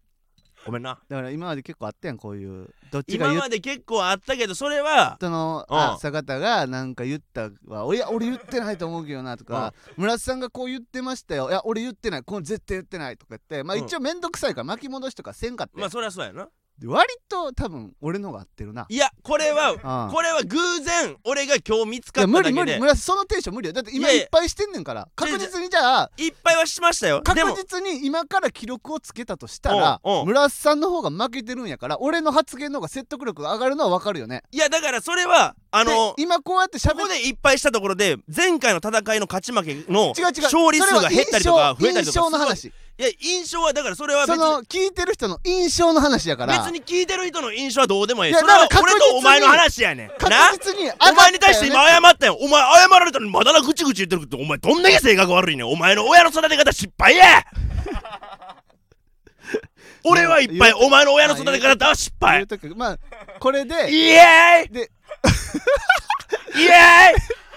Speaker 2: ごめんな
Speaker 1: だから今まで結構あったやんこういうどっちが
Speaker 2: 今
Speaker 1: 言っ
Speaker 2: まで結構あったけどそれは
Speaker 1: その
Speaker 2: うん
Speaker 1: あ坂田がなんか言ったわ「いや俺言ってないと思うけどな」とか「村田さんがこう言ってましたよいや俺言ってないこの絶対言ってない」とか言ってまあ
Speaker 2: うん
Speaker 1: 一応面倒くさいから巻き戻しとかせんかって、
Speaker 2: まあそりゃそうやな
Speaker 1: 割と多分俺のが合ってるない
Speaker 2: やこれは
Speaker 1: ああ
Speaker 2: これは偶然俺が今日見つ
Speaker 1: い
Speaker 2: か
Speaker 1: や
Speaker 2: った
Speaker 1: 無
Speaker 2: だ
Speaker 1: 理
Speaker 2: けで
Speaker 1: 無理村瀬そのテンション無理よだって今
Speaker 2: いやい
Speaker 1: い
Speaker 2: や
Speaker 1: っぱいしてんねんから
Speaker 2: いや
Speaker 1: 確
Speaker 2: いや
Speaker 1: 実にじゃあ
Speaker 2: いっぱいはしましたよ
Speaker 1: 確
Speaker 2: でも
Speaker 1: 実に今から記録をつけたとしたら
Speaker 2: おうおう
Speaker 1: 村瀬さんの方が負けてるんやから俺の発言の方が説得力が上がるのは分かるよね
Speaker 2: いやだからそれはあ
Speaker 1: あ
Speaker 2: の
Speaker 1: 今こうやって
Speaker 2: こ
Speaker 1: 喋
Speaker 2: こ
Speaker 1: って
Speaker 2: でいっぱいしたところで前回の戦いの勝ち負けの
Speaker 1: 違う違う
Speaker 2: 勝利数が減ったりとか
Speaker 1: そ
Speaker 2: 増
Speaker 1: れは
Speaker 2: えたりとか
Speaker 1: 印象の
Speaker 2: す
Speaker 1: 話
Speaker 2: ごいいや印象はだからそれは別
Speaker 1: そ
Speaker 2: に
Speaker 1: の聞いてる人の印象の話やから
Speaker 2: 別に聞いてる人の印象はどうでもいい
Speaker 1: いや
Speaker 2: それは
Speaker 1: だから
Speaker 2: 俺
Speaker 1: 確
Speaker 2: と
Speaker 1: 実に
Speaker 2: お前の話やねんな
Speaker 1: 確実に上がったよ
Speaker 2: お
Speaker 1: ね
Speaker 2: 前に対して今謝ったよお前謝られたのにまだなぐちぐち言ってるってお前どんだけ性格悪いねんお前の親の育て方失
Speaker 1: [laughs]
Speaker 2: 敗や俺はいっぱいお前の親の育て方は失
Speaker 1: 言
Speaker 2: 敗
Speaker 1: うときまあこれで
Speaker 2: [laughs] イエーイ
Speaker 1: で
Speaker 2: イエ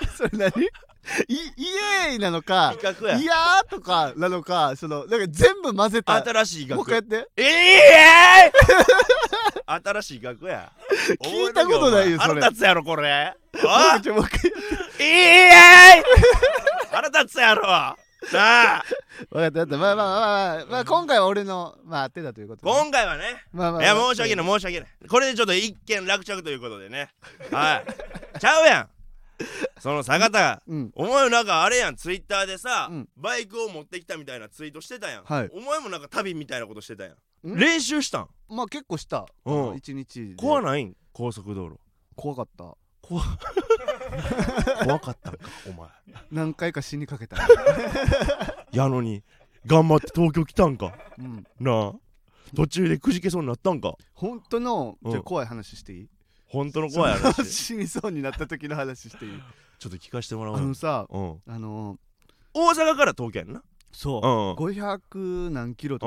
Speaker 2: ーイ
Speaker 1: それ何いイエーイなのか
Speaker 2: 威嚇や
Speaker 1: いやーとかなのかそのなんか全部混ぜた
Speaker 2: 新しい
Speaker 1: もう一
Speaker 2: 学
Speaker 1: 回やって
Speaker 2: イエーイ新しい学や
Speaker 1: [laughs] 聞いたことないよ
Speaker 2: お前
Speaker 1: それ
Speaker 2: 腹立つやろこれ
Speaker 1: [laughs] もう
Speaker 2: あ
Speaker 1: 一回もう一回
Speaker 2: いやい腹立つやろなあ
Speaker 1: 分かった分かったまあまあまあまあ、まあ、今回は俺のまあ当てたということで
Speaker 2: 今回はね
Speaker 1: まあまあ
Speaker 2: いや申し訳ない申し訳ないこれでちょっと一件落着ということでねはいちゃうやんその坂田が
Speaker 1: うん
Speaker 2: お前もなんかあれやんツイッターでさ、
Speaker 1: うん
Speaker 2: バイクを持ってきたみたいなツイートしてたやん、
Speaker 1: はい
Speaker 2: お前もなんか旅みたいなことしてたやん
Speaker 1: ん
Speaker 2: 練習したん
Speaker 1: まあ結構した
Speaker 2: うん
Speaker 1: 一日で
Speaker 2: 怖ないん高速道路
Speaker 1: 怖かった
Speaker 2: 怖怖かったんかお前
Speaker 1: 何回か死にか
Speaker 2: [laughs]
Speaker 1: けた、
Speaker 2: やのに頑張って東京来たんか
Speaker 1: うん、
Speaker 2: なあ途中でくじけそうになったんか
Speaker 1: 本当の
Speaker 2: うん
Speaker 1: じゃあ怖い話してい
Speaker 2: [laughs]
Speaker 1: い
Speaker 2: 本当の怖い話
Speaker 1: [laughs]
Speaker 2: ち
Speaker 1: 死にそうになった時の話していい
Speaker 2: ょっと聞かせてもらお
Speaker 1: あ
Speaker 2: うよ
Speaker 1: の、さ
Speaker 2: うん、
Speaker 1: あの
Speaker 2: 大阪から東京やんな
Speaker 1: そう
Speaker 2: うん
Speaker 1: 500何キロと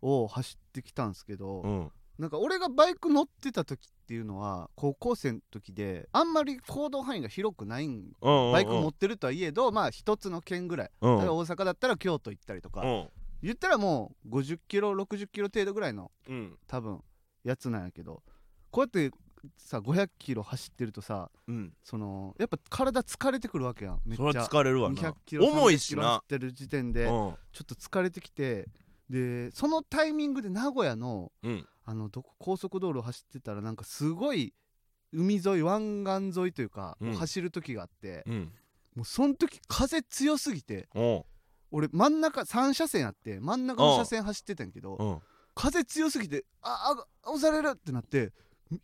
Speaker 1: かを走ってきたんですけど、
Speaker 2: うんうん
Speaker 1: なんか俺がバイク乗ってた時っていうのは高校生の時であんまり行動範囲が広くないん
Speaker 2: うんうん
Speaker 1: バイク持ってるとはいえどまあ一つの県ぐらい、
Speaker 2: うん
Speaker 1: 例えば大阪だったら京都行ったりとか、
Speaker 2: うん
Speaker 1: 言ったらもう50キロ60キロ程度ぐらいの
Speaker 2: うん
Speaker 1: 多分やつなんやけどこうやってさ500キロ走ってるとさ
Speaker 2: うん
Speaker 1: そのやっぱ体疲れてくるわけやんめっ
Speaker 2: それは
Speaker 1: ちゃ
Speaker 2: 疲れるわ
Speaker 1: 200
Speaker 2: な
Speaker 1: キロ
Speaker 2: 重い
Speaker 1: 300キ
Speaker 2: し
Speaker 1: ロ走
Speaker 2: な
Speaker 1: ってる時点で
Speaker 2: う
Speaker 1: ちょ
Speaker 2: ん
Speaker 1: っと疲れてきてでそのタイミングで名古屋の
Speaker 2: うん
Speaker 1: あのどこ高速道路を走ってたらなんかすごい海沿い湾岸沿いというか、
Speaker 2: うん
Speaker 1: 走る時があって
Speaker 2: うん
Speaker 1: もうその時風強すぎて
Speaker 2: うん
Speaker 1: 俺真ん中3車線あって真ん中の車線走ってたんやけど
Speaker 2: うん
Speaker 1: 風強すぎてああ押されるってなって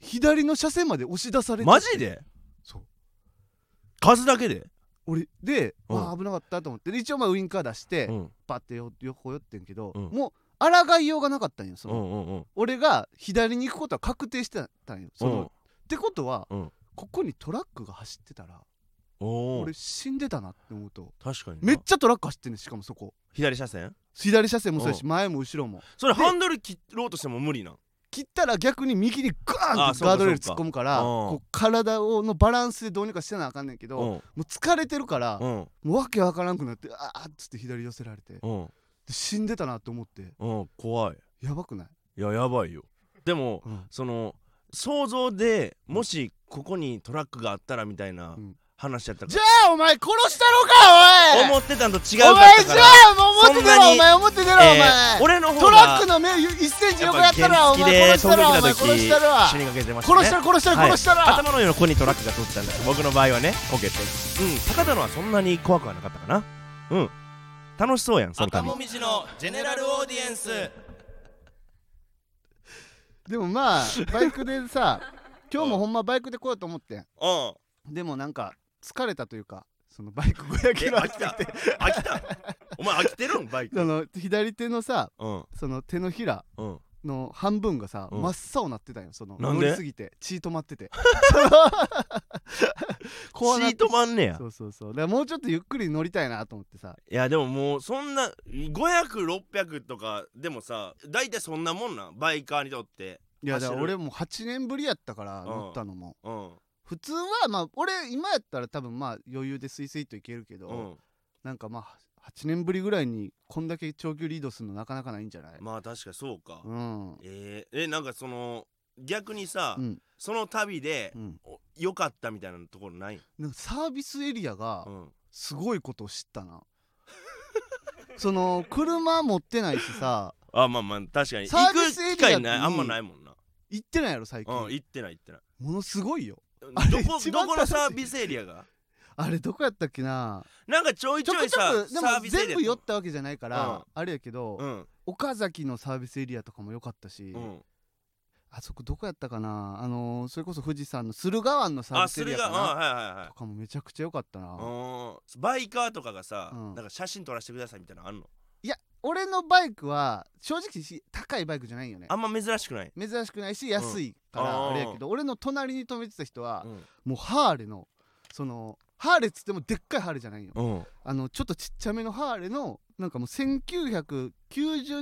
Speaker 1: 左の車線まで押し出されて
Speaker 2: マジで
Speaker 1: そう
Speaker 2: 数だけで
Speaker 1: 俺で、
Speaker 2: うん
Speaker 1: わあ危なかったと思ってで一応まあウインカー出して、
Speaker 2: うん
Speaker 1: バッてよ横寄ってんけど、
Speaker 2: うん
Speaker 1: もう抗いようがなかったんよそうの、
Speaker 2: んうんうん
Speaker 1: 俺が左に行くことは確定してたんよその、
Speaker 2: うん
Speaker 1: ってことは、
Speaker 2: うん
Speaker 1: ここにトラックが走ってたら
Speaker 2: おー
Speaker 1: 俺死んでたなって思うと
Speaker 2: 確かにな
Speaker 1: めっちゃトラック走ってんねんしかもそこ
Speaker 2: 左車線
Speaker 1: 左車線もそうやし
Speaker 2: う
Speaker 1: 前も後ろも
Speaker 2: それハンドル切ろうとしても無理なん
Speaker 1: 切ったら逆に右にガーン
Speaker 2: あ
Speaker 1: っ
Speaker 2: ー
Speaker 1: て
Speaker 2: そうか
Speaker 1: ガードレール突っ込むから
Speaker 2: そうかうん
Speaker 1: こう体をのバランスでどうにかしてなあかんねんけど、も
Speaker 2: ん
Speaker 1: う疲れてるから、
Speaker 2: うん
Speaker 1: もうわけわからんくなってあーっつって左寄せられてで
Speaker 2: うん
Speaker 1: 死んでたなって思って
Speaker 2: うん怖い
Speaker 1: やばくない、
Speaker 2: いややばいよでも
Speaker 1: うん
Speaker 2: その想像でもしここにトラックがあったらみたいな
Speaker 1: うん
Speaker 2: 話やったか
Speaker 1: じゃ
Speaker 2: ら、
Speaker 1: あお前殺したのかおい
Speaker 2: 思ってたんと違う
Speaker 1: お
Speaker 2: かっ
Speaker 1: 前
Speaker 2: た
Speaker 1: じ
Speaker 2: か
Speaker 1: ゃ
Speaker 2: ら
Speaker 1: あもう表出
Speaker 2: そんな
Speaker 1: ろ
Speaker 2: に
Speaker 1: お前表出ろお
Speaker 2: え
Speaker 1: 前
Speaker 2: ー俺の方が
Speaker 1: トラックの目1センチ横やったらお前殺したらお前殺したら
Speaker 2: 死にかけてましたね
Speaker 1: 殺したら殺したら殺した
Speaker 2: はい、
Speaker 1: ら
Speaker 2: 頭の上の子にトラックが通ってたんです僕の場合はねこけてうん高田のはそんなに怖くはなかったかなうん楽しそうやんその旅
Speaker 3: みじのジェネラルオーディエンス
Speaker 1: でもまあバイクでさ今日もほんまバイクで来ようと思ってん
Speaker 2: うん
Speaker 1: でもなんか疲れたというかそのバイク500キ
Speaker 2: え
Speaker 1: ロ
Speaker 2: 飽きた飽きたお前飽きてるんバイ
Speaker 1: [laughs]
Speaker 2: ク
Speaker 1: その左手のさ
Speaker 2: うん
Speaker 1: その手のひら
Speaker 2: うん
Speaker 1: の半分がさ、
Speaker 2: うん
Speaker 1: 真っ青なってたんよその
Speaker 2: なん
Speaker 1: 乗
Speaker 2: で
Speaker 1: りすぎて血止まって [laughs]
Speaker 2: [laughs]
Speaker 1: て怖
Speaker 2: シ
Speaker 1: なっ
Speaker 2: ートまんねや
Speaker 1: そうそうそうだからもうちょっとゆっくり乗りたいなと思ってさ
Speaker 2: いやでももうそんな500600とかでもさ大体そんなもんなバイカーにとって
Speaker 1: いやだ
Speaker 2: 走
Speaker 1: か
Speaker 2: る
Speaker 1: ら俺もう8年ぶりやったから
Speaker 2: ん
Speaker 1: 乗ったのも、
Speaker 2: うん
Speaker 1: 普通はまあ俺今やったら多分まあ余裕でスイスイといけるけど、
Speaker 2: うん
Speaker 1: なんかまあ8年ぶりぐらいにこんだけ長距離移動するのなかなかないんじゃない、
Speaker 2: まあ確かにそうか、
Speaker 1: うん
Speaker 2: えー、えなんかその逆にさ、
Speaker 1: うん
Speaker 2: その旅で
Speaker 1: うん
Speaker 2: お良かったみたいなところない、
Speaker 1: なんかサービスエリアが
Speaker 2: ん、
Speaker 1: すごいことを知ったな [laughs] その車持ってないしさ
Speaker 2: あまあまあ確かに
Speaker 1: サ
Speaker 2: 行
Speaker 1: ービ
Speaker 2: く
Speaker 1: スエリア
Speaker 2: 機会ない
Speaker 1: に
Speaker 2: あんまないもんな
Speaker 1: 行ってないやろ最近、
Speaker 2: うん行ってない行ってない
Speaker 1: ものすごいよあれ
Speaker 2: どこ
Speaker 1: 一
Speaker 2: ど
Speaker 1: 番
Speaker 2: このサービスエリアが
Speaker 1: あれどこやったっけな
Speaker 2: なんかちょい
Speaker 1: ち
Speaker 2: ち
Speaker 1: ょ
Speaker 2: ょ
Speaker 1: く
Speaker 2: い
Speaker 1: ち
Speaker 2: さ
Speaker 1: ょくでも
Speaker 2: サービスエリ
Speaker 1: 全
Speaker 2: ア
Speaker 1: 部酔ったわけじゃないから、
Speaker 2: うん
Speaker 1: あれやけど、
Speaker 2: うん
Speaker 1: 岡崎のサービスエリアとかも良かったし、
Speaker 2: うん
Speaker 1: あそこどこやったかなあのーそれこそ富士山の駿河湾のサー
Speaker 2: あ
Speaker 1: ビスエ
Speaker 2: そ
Speaker 1: リ
Speaker 2: れ
Speaker 1: アか
Speaker 2: が
Speaker 1: な
Speaker 2: あはいはいはい
Speaker 1: とかもめちゃくちゃ良かったな、
Speaker 2: うんバイカーとかがさ、
Speaker 1: うん
Speaker 2: なんか写真撮らせてくださいみたいなのあんの
Speaker 1: 俺のバイクは正直し高いバイクじゃないんよね
Speaker 2: あんま珍しくない、
Speaker 1: 珍しくないし安いから
Speaker 2: あー
Speaker 1: あれやけど、俺の隣に止めてた人は
Speaker 2: う、ん
Speaker 1: もうハーレのそのハーレっつってもでっかいハーレじゃないよ
Speaker 2: うん、
Speaker 1: あのちょっとちっちゃめのハーレのなんかもう1990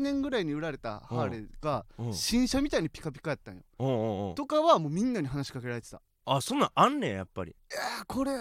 Speaker 1: 年ぐらいに売られたハーレが
Speaker 2: うん
Speaker 1: 新車みたいにピカピカやったんよ、
Speaker 2: うんうん
Speaker 1: とかはもうみんなに話しかけられてた
Speaker 2: あそんなんあんねんやっぱり
Speaker 1: 「えー、これ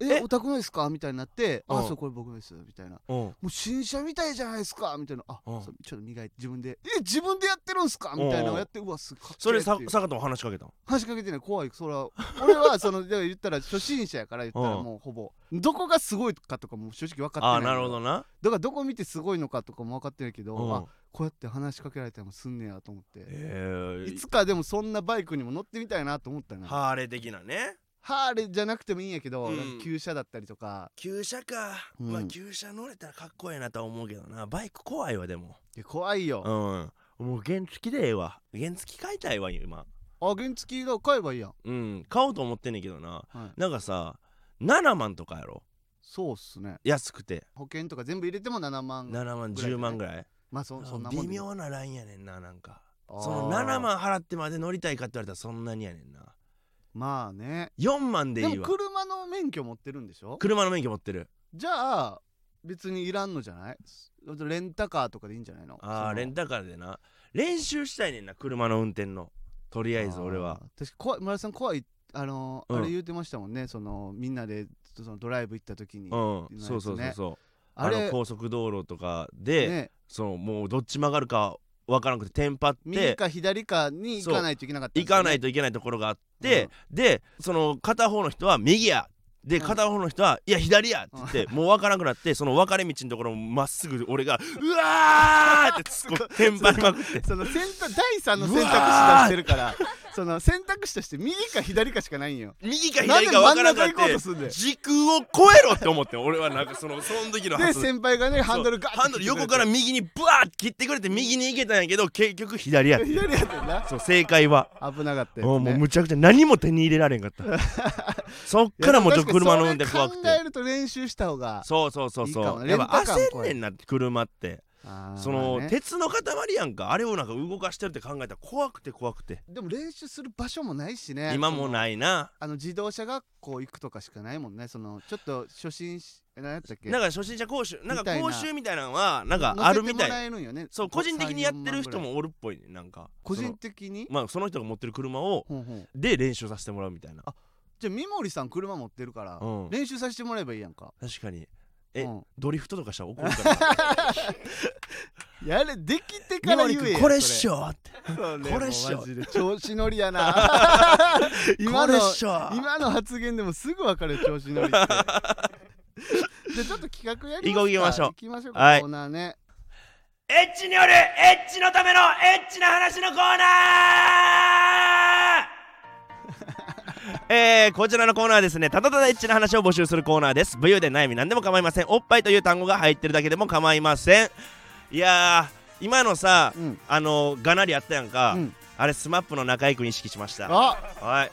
Speaker 1: え
Speaker 2: え
Speaker 1: お宅のですか?」みたいになって「
Speaker 2: う
Speaker 1: あ
Speaker 2: ん
Speaker 1: そうこれ僕のです」みたいな
Speaker 2: うん
Speaker 1: もう新車みたいじゃないですかみたいな「あ
Speaker 2: うん
Speaker 1: そうちょっと磨いて自分でえ自分でやってるんすか?」みたいなのをやって「うわすっかっけえ
Speaker 2: それさ
Speaker 1: っていう
Speaker 2: 坂田も話しかけたの
Speaker 1: 話しかけてない怖いそれは俺はそのでも言ったら初心者やから言ったら
Speaker 2: うん
Speaker 1: もうほぼどこがすごいかとかも正直分かってない
Speaker 2: あなるほどな
Speaker 1: だからどこ見てすごいのかとかも分かってないけど、
Speaker 2: うん
Speaker 1: あこうやって話しかけられたりもすんねやと思って、
Speaker 2: え
Speaker 1: いつかでもそんなバイクにも乗ってみたいなと思ったな
Speaker 2: ハーレー的なね
Speaker 1: ハーレーじゃなくてもいいんやけど、
Speaker 2: うん
Speaker 1: なんか旧車だったりとか
Speaker 2: 旧車か、
Speaker 1: うん
Speaker 2: まあ旧車乗れたらかっこいいなとは思うけどなバイク怖いわでも
Speaker 1: いや怖いよ、
Speaker 2: うんもう原付でええわ原付買いたいわ今
Speaker 1: あ原付が買えばいいやん
Speaker 2: うん買おうと思ってんねんけどな、
Speaker 1: はい
Speaker 2: なんかさ7万とかやろ
Speaker 1: そうっすね
Speaker 2: 安くて
Speaker 1: 保険とか全部入れても7万
Speaker 2: 7万
Speaker 1: ぐらいだね
Speaker 2: 10万ぐらい
Speaker 1: まあそそんなもん
Speaker 2: 微
Speaker 1: で
Speaker 2: 妙なラインやねんななんか
Speaker 1: あー
Speaker 2: その7万払ってまで乗りたいかって言われたらそんなにやねんな
Speaker 1: まあね
Speaker 2: 4万で
Speaker 1: で
Speaker 2: いい
Speaker 1: も
Speaker 2: わ
Speaker 1: 車の免許持ってるんでしょ
Speaker 2: 車の免許持ってる
Speaker 1: じゃあ別にいらんのじゃないレンタカーとかでいいんじゃないの
Speaker 2: あーレン
Speaker 1: タ
Speaker 2: タカーでな練習したいねんな車の運転のとり
Speaker 1: カ
Speaker 2: あえず俺は
Speaker 1: 確か怖い村田さん怖いあのー
Speaker 2: うん
Speaker 1: あれ言うてましたもんねそのみんなでそのドライブ行った時に、
Speaker 2: うん
Speaker 1: ね
Speaker 2: そうそうそうそうあ
Speaker 1: あ
Speaker 2: の
Speaker 1: れ
Speaker 2: 高速道路とかで、
Speaker 1: ね
Speaker 2: そのもうどっち曲がるかわからなくてテンパっ
Speaker 1: 右
Speaker 2: て
Speaker 1: か左かに行かないといけなかったん
Speaker 2: 行
Speaker 1: ですよ
Speaker 2: か
Speaker 1: ね、
Speaker 2: ないといけないところがあって、でその片方の人は右やで
Speaker 1: うん
Speaker 2: 片方の人は「いや左や!」って言ってもう分からなくなってその分かれ道のところをまっすぐ俺が「うわー!」っ
Speaker 1: [laughs]
Speaker 2: て突っ込んでテンパりまくって
Speaker 1: その選択第三の選択肢出してるからその選択肢として右か左かしかないんよ
Speaker 2: 右か
Speaker 1: なんで
Speaker 2: 左か
Speaker 1: 真
Speaker 2: 分
Speaker 1: ん
Speaker 2: からな
Speaker 1: 中
Speaker 2: く
Speaker 1: 行こう
Speaker 2: な
Speaker 1: と
Speaker 2: って
Speaker 1: すんだよ
Speaker 2: 時空を超えろって思って俺はなんかそのその時の
Speaker 1: で
Speaker 2: 発想
Speaker 1: 先輩がねハンドルガーッて
Speaker 2: ハンドル横から右にブワーって切ってくれて右に行けたんやけど結局左やって
Speaker 1: 左やってんな
Speaker 2: そう正解は。
Speaker 1: 危なかったやつ、ね、
Speaker 2: もうむちゃくちゃ何も手に入れられんかった
Speaker 1: [laughs]
Speaker 2: そっからもうちょっと車の運転怖く
Speaker 1: いやでも確かにそれ考
Speaker 2: て
Speaker 1: えると練習した方が
Speaker 2: そうそうそうそ
Speaker 1: いいかも
Speaker 2: う
Speaker 1: ね
Speaker 2: やっぱ
Speaker 1: レンタカーも
Speaker 2: 焦ん
Speaker 1: 怖い
Speaker 2: ねんな車って
Speaker 1: あー
Speaker 2: その、
Speaker 1: まあね
Speaker 2: 鉄の塊やんかあれをなんか動かしてるって考えたら怖くて怖くて
Speaker 1: でも練習する場所もないしね
Speaker 2: 今も
Speaker 1: い
Speaker 2: ないな
Speaker 1: あの自動車学校行くとかしかないもんねそのちょっと初心し何やったっけ
Speaker 2: なん
Speaker 1: か
Speaker 2: か初心者講習なん
Speaker 1: みた
Speaker 2: か
Speaker 1: いな
Speaker 2: 講習みたいなのはなんかあるみた
Speaker 1: もら
Speaker 2: い
Speaker 1: えるんよね
Speaker 2: そう個人的にやってる人
Speaker 1: 3-4万ぐらい
Speaker 2: もおるっぽいねなんか
Speaker 1: 個
Speaker 2: そ
Speaker 1: 人
Speaker 2: の
Speaker 1: 的に
Speaker 2: まあその人が持ってる車を
Speaker 1: ほんほん
Speaker 2: で練習させてもらうみたいな
Speaker 1: あじゃあ三森さん車持ってるから、
Speaker 2: うん
Speaker 1: 練習させてもらえばいいやんか
Speaker 2: 確かにえ
Speaker 1: うん
Speaker 2: ドリフトとかしたら怒るか
Speaker 1: [laughs]
Speaker 2: ら
Speaker 1: やれできて
Speaker 2: 「三
Speaker 1: から
Speaker 2: 森
Speaker 1: 言え
Speaker 2: 君
Speaker 1: や
Speaker 2: これっ
Speaker 1: そ
Speaker 2: しょ!」って
Speaker 1: そうね
Speaker 2: これっしょ
Speaker 1: もうマジで調子乗りや
Speaker 2: [laughs]
Speaker 1: な今の
Speaker 2: これっしょ
Speaker 1: 今の発言でもすぐ分かる調子乗りって [laughs] じゃあちょっと企画やりますか
Speaker 2: 行こう行きましょう
Speaker 1: 行きましょうか、
Speaker 2: はい
Speaker 1: コーナーね
Speaker 2: エッチによるエッチのためのエッチな話のコーナー [laughs] えー、こちらのコーナーはですねただただエッチな話を募集するコーナーです武勇で悩み何でも構いませんおっぱいという単語が入ってるだけでも構いませんいやー今のさ、
Speaker 1: うん
Speaker 2: あのがなりあったやんか、
Speaker 1: うん
Speaker 2: あれスマップの中居君意識しました
Speaker 1: あ
Speaker 2: はい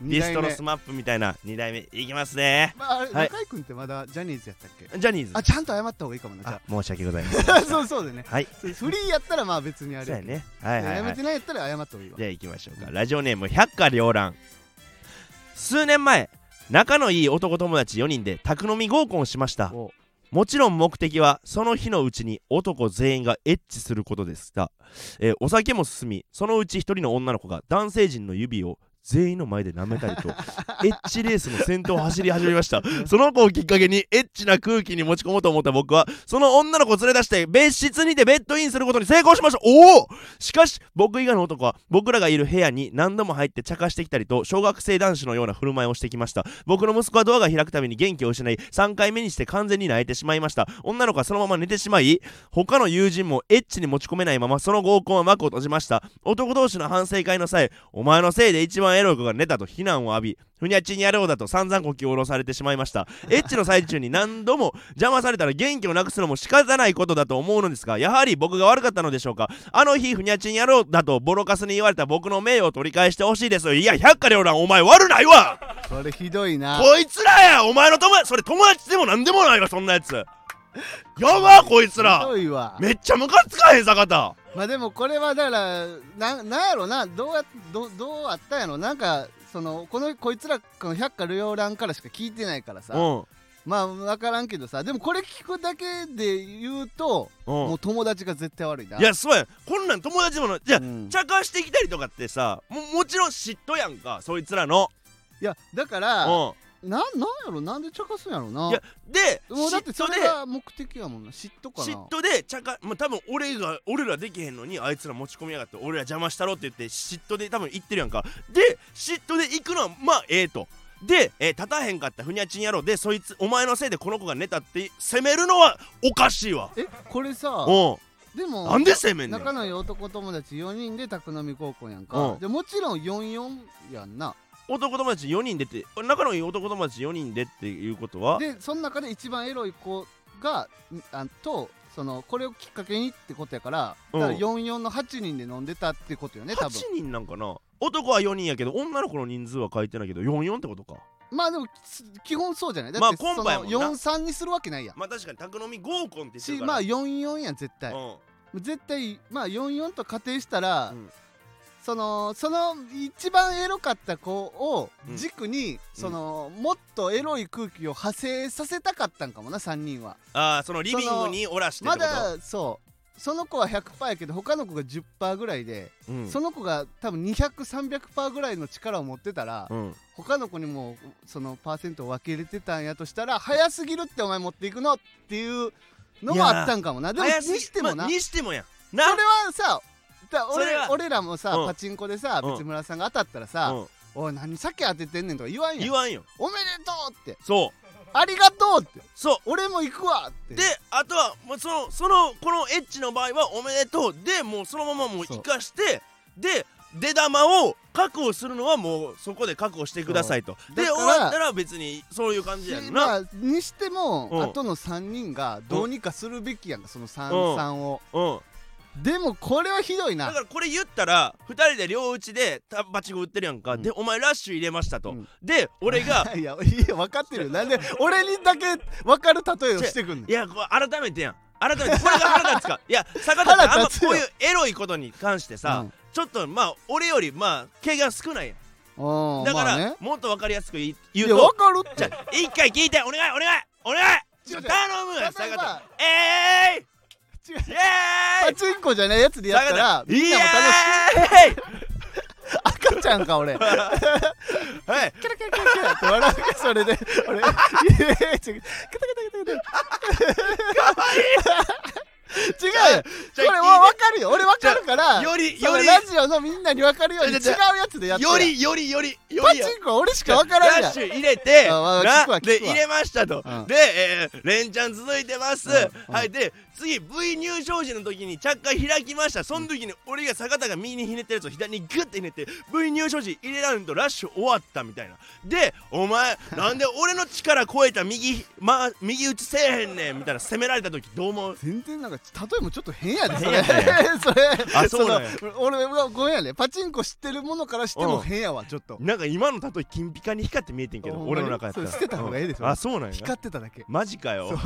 Speaker 1: 二
Speaker 2: リストの
Speaker 1: 代目
Speaker 2: スマップみたいな2代目いきますね
Speaker 1: まああれ、
Speaker 2: はい
Speaker 1: 中居君ってまだジャニーズやったっけ
Speaker 2: ジャニーズ
Speaker 1: あちゃんと謝った方がいいかもなじゃ
Speaker 2: あ申し訳ございません
Speaker 1: あ [laughs] そうそうだね
Speaker 2: はい
Speaker 1: フリーやったらまあ別にあ
Speaker 2: そ
Speaker 1: れ [laughs]
Speaker 2: う
Speaker 1: や
Speaker 2: や
Speaker 1: けど
Speaker 2: ねはいはい、はい、
Speaker 1: やめてないやったら謝った方がいいわ
Speaker 2: じゃあ行きましょうかラジオネーム百花繚乱数年前仲のいい男友達4人で宅飲み合コンしました
Speaker 1: お
Speaker 2: もちろん目的はその日のうちに男全員がエッチすることでした、えーお酒も進みそのうち1人の女の子が男性陣の指を全員の前で舐めたりとエッチレースの先頭を走り始めましたその子をきっかけにエッチな空気に持ち込もうと思った僕はその女の子を連れ出して別室にてベッドインすることに成功しましたおおしかし僕以外の男は僕らがいる部屋に何度も入って茶化してきたりと小学生男子のような振る舞いをしてきました僕の息子はドアが開くために元気を失い3回目にして完全に泣いてしまいました女の子はそのまま寝てしまい他の友人もエッチに持ち込めないままその合コンは幕を閉じました男同士の反省会の際お前のせいで一番エロい子が寝たと非難を浴びふにゃちに野郎だと散々呼吸を下ろされてしまいましたエッチの最中に何度も邪魔されたら元気をなくすのも仕方ないことだと思うのですがやはり僕が悪かったのでしょうかあの日ふにゃちん野郎だとボロカスに言われた僕の名誉を取り返してほしいですいや百花繚乱お前悪ないわ
Speaker 1: それひどいな
Speaker 2: こいつらやお前の友達それ友達でも何でもないわそんなやつやばこいつ
Speaker 1: ひ
Speaker 2: ら
Speaker 1: どいわ
Speaker 2: めっちゃムカつかへん坂田
Speaker 1: まあでもこれはだからななんやろなどうやどどうあったんやろなんかそのこのこいつらこの百花両乱からしか聞いてないからさ、
Speaker 2: うん
Speaker 1: まあ分からんけどさでもこれ聞くだけで言うと、
Speaker 2: う
Speaker 1: も
Speaker 2: ん
Speaker 1: う友達が絶対悪いない
Speaker 2: やそうやこんなん友達でもないじゃあ
Speaker 1: うん
Speaker 2: 茶化してきたりとかってさももちろん嫉妬やんかそいつらの
Speaker 1: いやだか
Speaker 2: う
Speaker 1: らなんなんやろなんで茶化すんやろない
Speaker 2: やで
Speaker 1: もうだって
Speaker 2: 嫉
Speaker 1: そ
Speaker 2: 妬で
Speaker 1: れが目的やもんな嫉妬かな
Speaker 2: 嫉妬で茶化まあ多分俺が俺らできへんのにあいつら持ち込みやがって俺ら邪魔したろって言って嫉妬で多分行ってるやんかで嫉妬で行くのはまあええとで、えー立たへんかったふにゃちんやろでそいつお前のせいでこの子が寝たって責めるのはおかしいわ
Speaker 1: えこれさ
Speaker 2: う
Speaker 1: で
Speaker 2: ん
Speaker 1: も
Speaker 2: なんで責めんねん
Speaker 1: 仲のいい男友達4人で宅飲み合コンやん
Speaker 2: う
Speaker 1: か
Speaker 2: ん
Speaker 1: でもちろん44やんな
Speaker 2: 男友達4人でって仲のいい男友達4人でっていうことは
Speaker 1: でその中で一番エロい子がんあとそのこれをきっかけにってことやから
Speaker 2: う
Speaker 1: だか
Speaker 2: ん
Speaker 1: ら44の8人で飲んでたってことよね多
Speaker 2: 8
Speaker 1: 分
Speaker 2: 人なんかな男は4人やけど女の子の人数は書いてないけど44ってことか
Speaker 1: まあでもす基本そうじゃないだっ
Speaker 2: まあ
Speaker 1: てそ
Speaker 2: コ
Speaker 1: の
Speaker 2: ンパやもんな
Speaker 1: 43にするわけないやん
Speaker 2: まあ確かに宅飲み合コンって言って
Speaker 1: し
Speaker 2: るか
Speaker 1: ま
Speaker 2: ら
Speaker 1: あ44やん絶対
Speaker 2: うん
Speaker 1: 絶対まあ44と仮定したら、
Speaker 2: うん
Speaker 1: そのその一番エロかった子を
Speaker 2: うん
Speaker 1: 軸に、そのもっとエロい空気を派生させたかったんかもな3人は
Speaker 2: ああそのリビングにおらしてって
Speaker 1: ま
Speaker 2: こと
Speaker 1: だそうその子は100%やけど他の子が10%ぐらいで、
Speaker 2: うん
Speaker 1: その子が多分200300%ぐらいの力を持ってたら、
Speaker 2: うん
Speaker 1: 他の子にもそのパーセントを分け入れてたんやとしたら早すぎるってお前持っていくのっていうのもあったんかもなでもに
Speaker 2: 早すぎ
Speaker 1: してもな、
Speaker 2: まあにしてもやん
Speaker 1: そ
Speaker 2: な
Speaker 1: れはさだ
Speaker 2: そ
Speaker 1: 俺
Speaker 2: れは
Speaker 1: 俺らもさ、
Speaker 2: うん
Speaker 1: パチンコでさ
Speaker 2: うん
Speaker 1: 別村さんが当たったらさ「
Speaker 2: うん
Speaker 1: おい何さっき当ててんねん」とか言わんや
Speaker 2: 言
Speaker 1: ん
Speaker 2: わんよ
Speaker 1: 「おめでとう」って
Speaker 2: そう
Speaker 1: 「ありがとう」って
Speaker 2: そ
Speaker 1: 「俺も行くわ」って
Speaker 2: うであとはもうそのそのこのエッチの場合はおめでとうでもうそのままもう
Speaker 1: そう
Speaker 2: 生かしてで出玉を確保するのはもうそこで確保してくださいとで
Speaker 1: だ
Speaker 2: 終
Speaker 1: から
Speaker 2: わったら別にそういう感じや
Speaker 1: し
Speaker 2: ん
Speaker 1: ま
Speaker 2: な
Speaker 1: あにしても、
Speaker 2: うん
Speaker 1: 後の3人がどうにかするべきやんかその
Speaker 2: うん
Speaker 1: 33を、
Speaker 2: うん
Speaker 1: でもこれはひどい
Speaker 2: だ
Speaker 1: な
Speaker 2: からこれ言ったら2人で両打ちでたバチンコ売ってるやんか、
Speaker 1: うん
Speaker 2: でお前ラッシュ入れましたと、
Speaker 1: うん
Speaker 2: で俺が
Speaker 1: [laughs] いやいや分かってるよなんで俺にだけ分かる例えをしてくんの
Speaker 2: いやこう改めてやん改めてこれが腹立
Speaker 1: [laughs]
Speaker 2: つかいや坂田ってあん
Speaker 1: 腹
Speaker 2: ま
Speaker 1: 立つよ
Speaker 2: こういうエロいことに関してさ、
Speaker 1: うん
Speaker 2: ちょっとまあ俺よりまあ毛が少ないやん
Speaker 1: うん
Speaker 2: だか
Speaker 1: ま
Speaker 2: ら、
Speaker 1: あね
Speaker 2: もっと分かりやすく言い
Speaker 1: い
Speaker 2: 言う
Speaker 1: や分
Speaker 2: と
Speaker 1: かるっ
Speaker 2: じ
Speaker 1: て
Speaker 2: ゃあ一回聞いてお願いお願いお願い
Speaker 1: 違う違う
Speaker 2: 頼む
Speaker 1: 例えば
Speaker 2: 坂田え
Speaker 1: 違
Speaker 2: ーいイ
Speaker 1: パ
Speaker 2: エーイ
Speaker 1: チンコじゃないやつでやったら
Speaker 2: 坂田
Speaker 1: みんなも楽しい
Speaker 2: イエーイ
Speaker 1: 赤ちゃんか俺 [laughs]
Speaker 2: はい
Speaker 1: キャラキャラキャラキャラって笑うそれで俺いやいや違うカタカタカタカタ違うよこ
Speaker 2: じゃあ
Speaker 1: れもう分かるよ俺分かるから
Speaker 2: より
Speaker 1: その
Speaker 2: より
Speaker 1: ラジオのみんなに分かるように違う
Speaker 2: じゃあ
Speaker 1: やつでやって
Speaker 2: よりよりよりよ
Speaker 1: パ
Speaker 2: り
Speaker 1: チ
Speaker 2: や
Speaker 1: ンコは俺しか分からん
Speaker 2: ラ
Speaker 1: や
Speaker 2: ッ
Speaker 1: ん
Speaker 2: シュ入れて、
Speaker 1: あまあ聞くわ
Speaker 2: な
Speaker 1: 聞くわ
Speaker 2: で入れましたと、
Speaker 1: うん
Speaker 2: で、えー、レンチャン続いてます、
Speaker 1: うん
Speaker 2: はいで次 V 入賞時の時に着火開きましたその時に俺が坂田が右にひねったやつを左にグッてひねって V 入賞時入れられるとラッシュ終わったみたいなで
Speaker 1: [laughs]
Speaker 2: お前なんで俺の力超えた右,、まあ、右打ちせえへんねんみたいな攻められた時どう思う
Speaker 1: 全然なんか例えもちょっと変やでそ
Speaker 2: 変
Speaker 1: れ
Speaker 2: やったん
Speaker 1: [laughs] それ
Speaker 2: あそうなんや
Speaker 1: の俺はごめんやねパチンコ知ってるものからしても変やわちょっと
Speaker 2: なんか今の例え金ピカに光って見えてんけど
Speaker 1: ほんまに
Speaker 2: 俺の中やったら
Speaker 1: それ捨てた方がええでしょ
Speaker 2: うんあそうなんや
Speaker 1: 光ってただけ
Speaker 2: マジかよ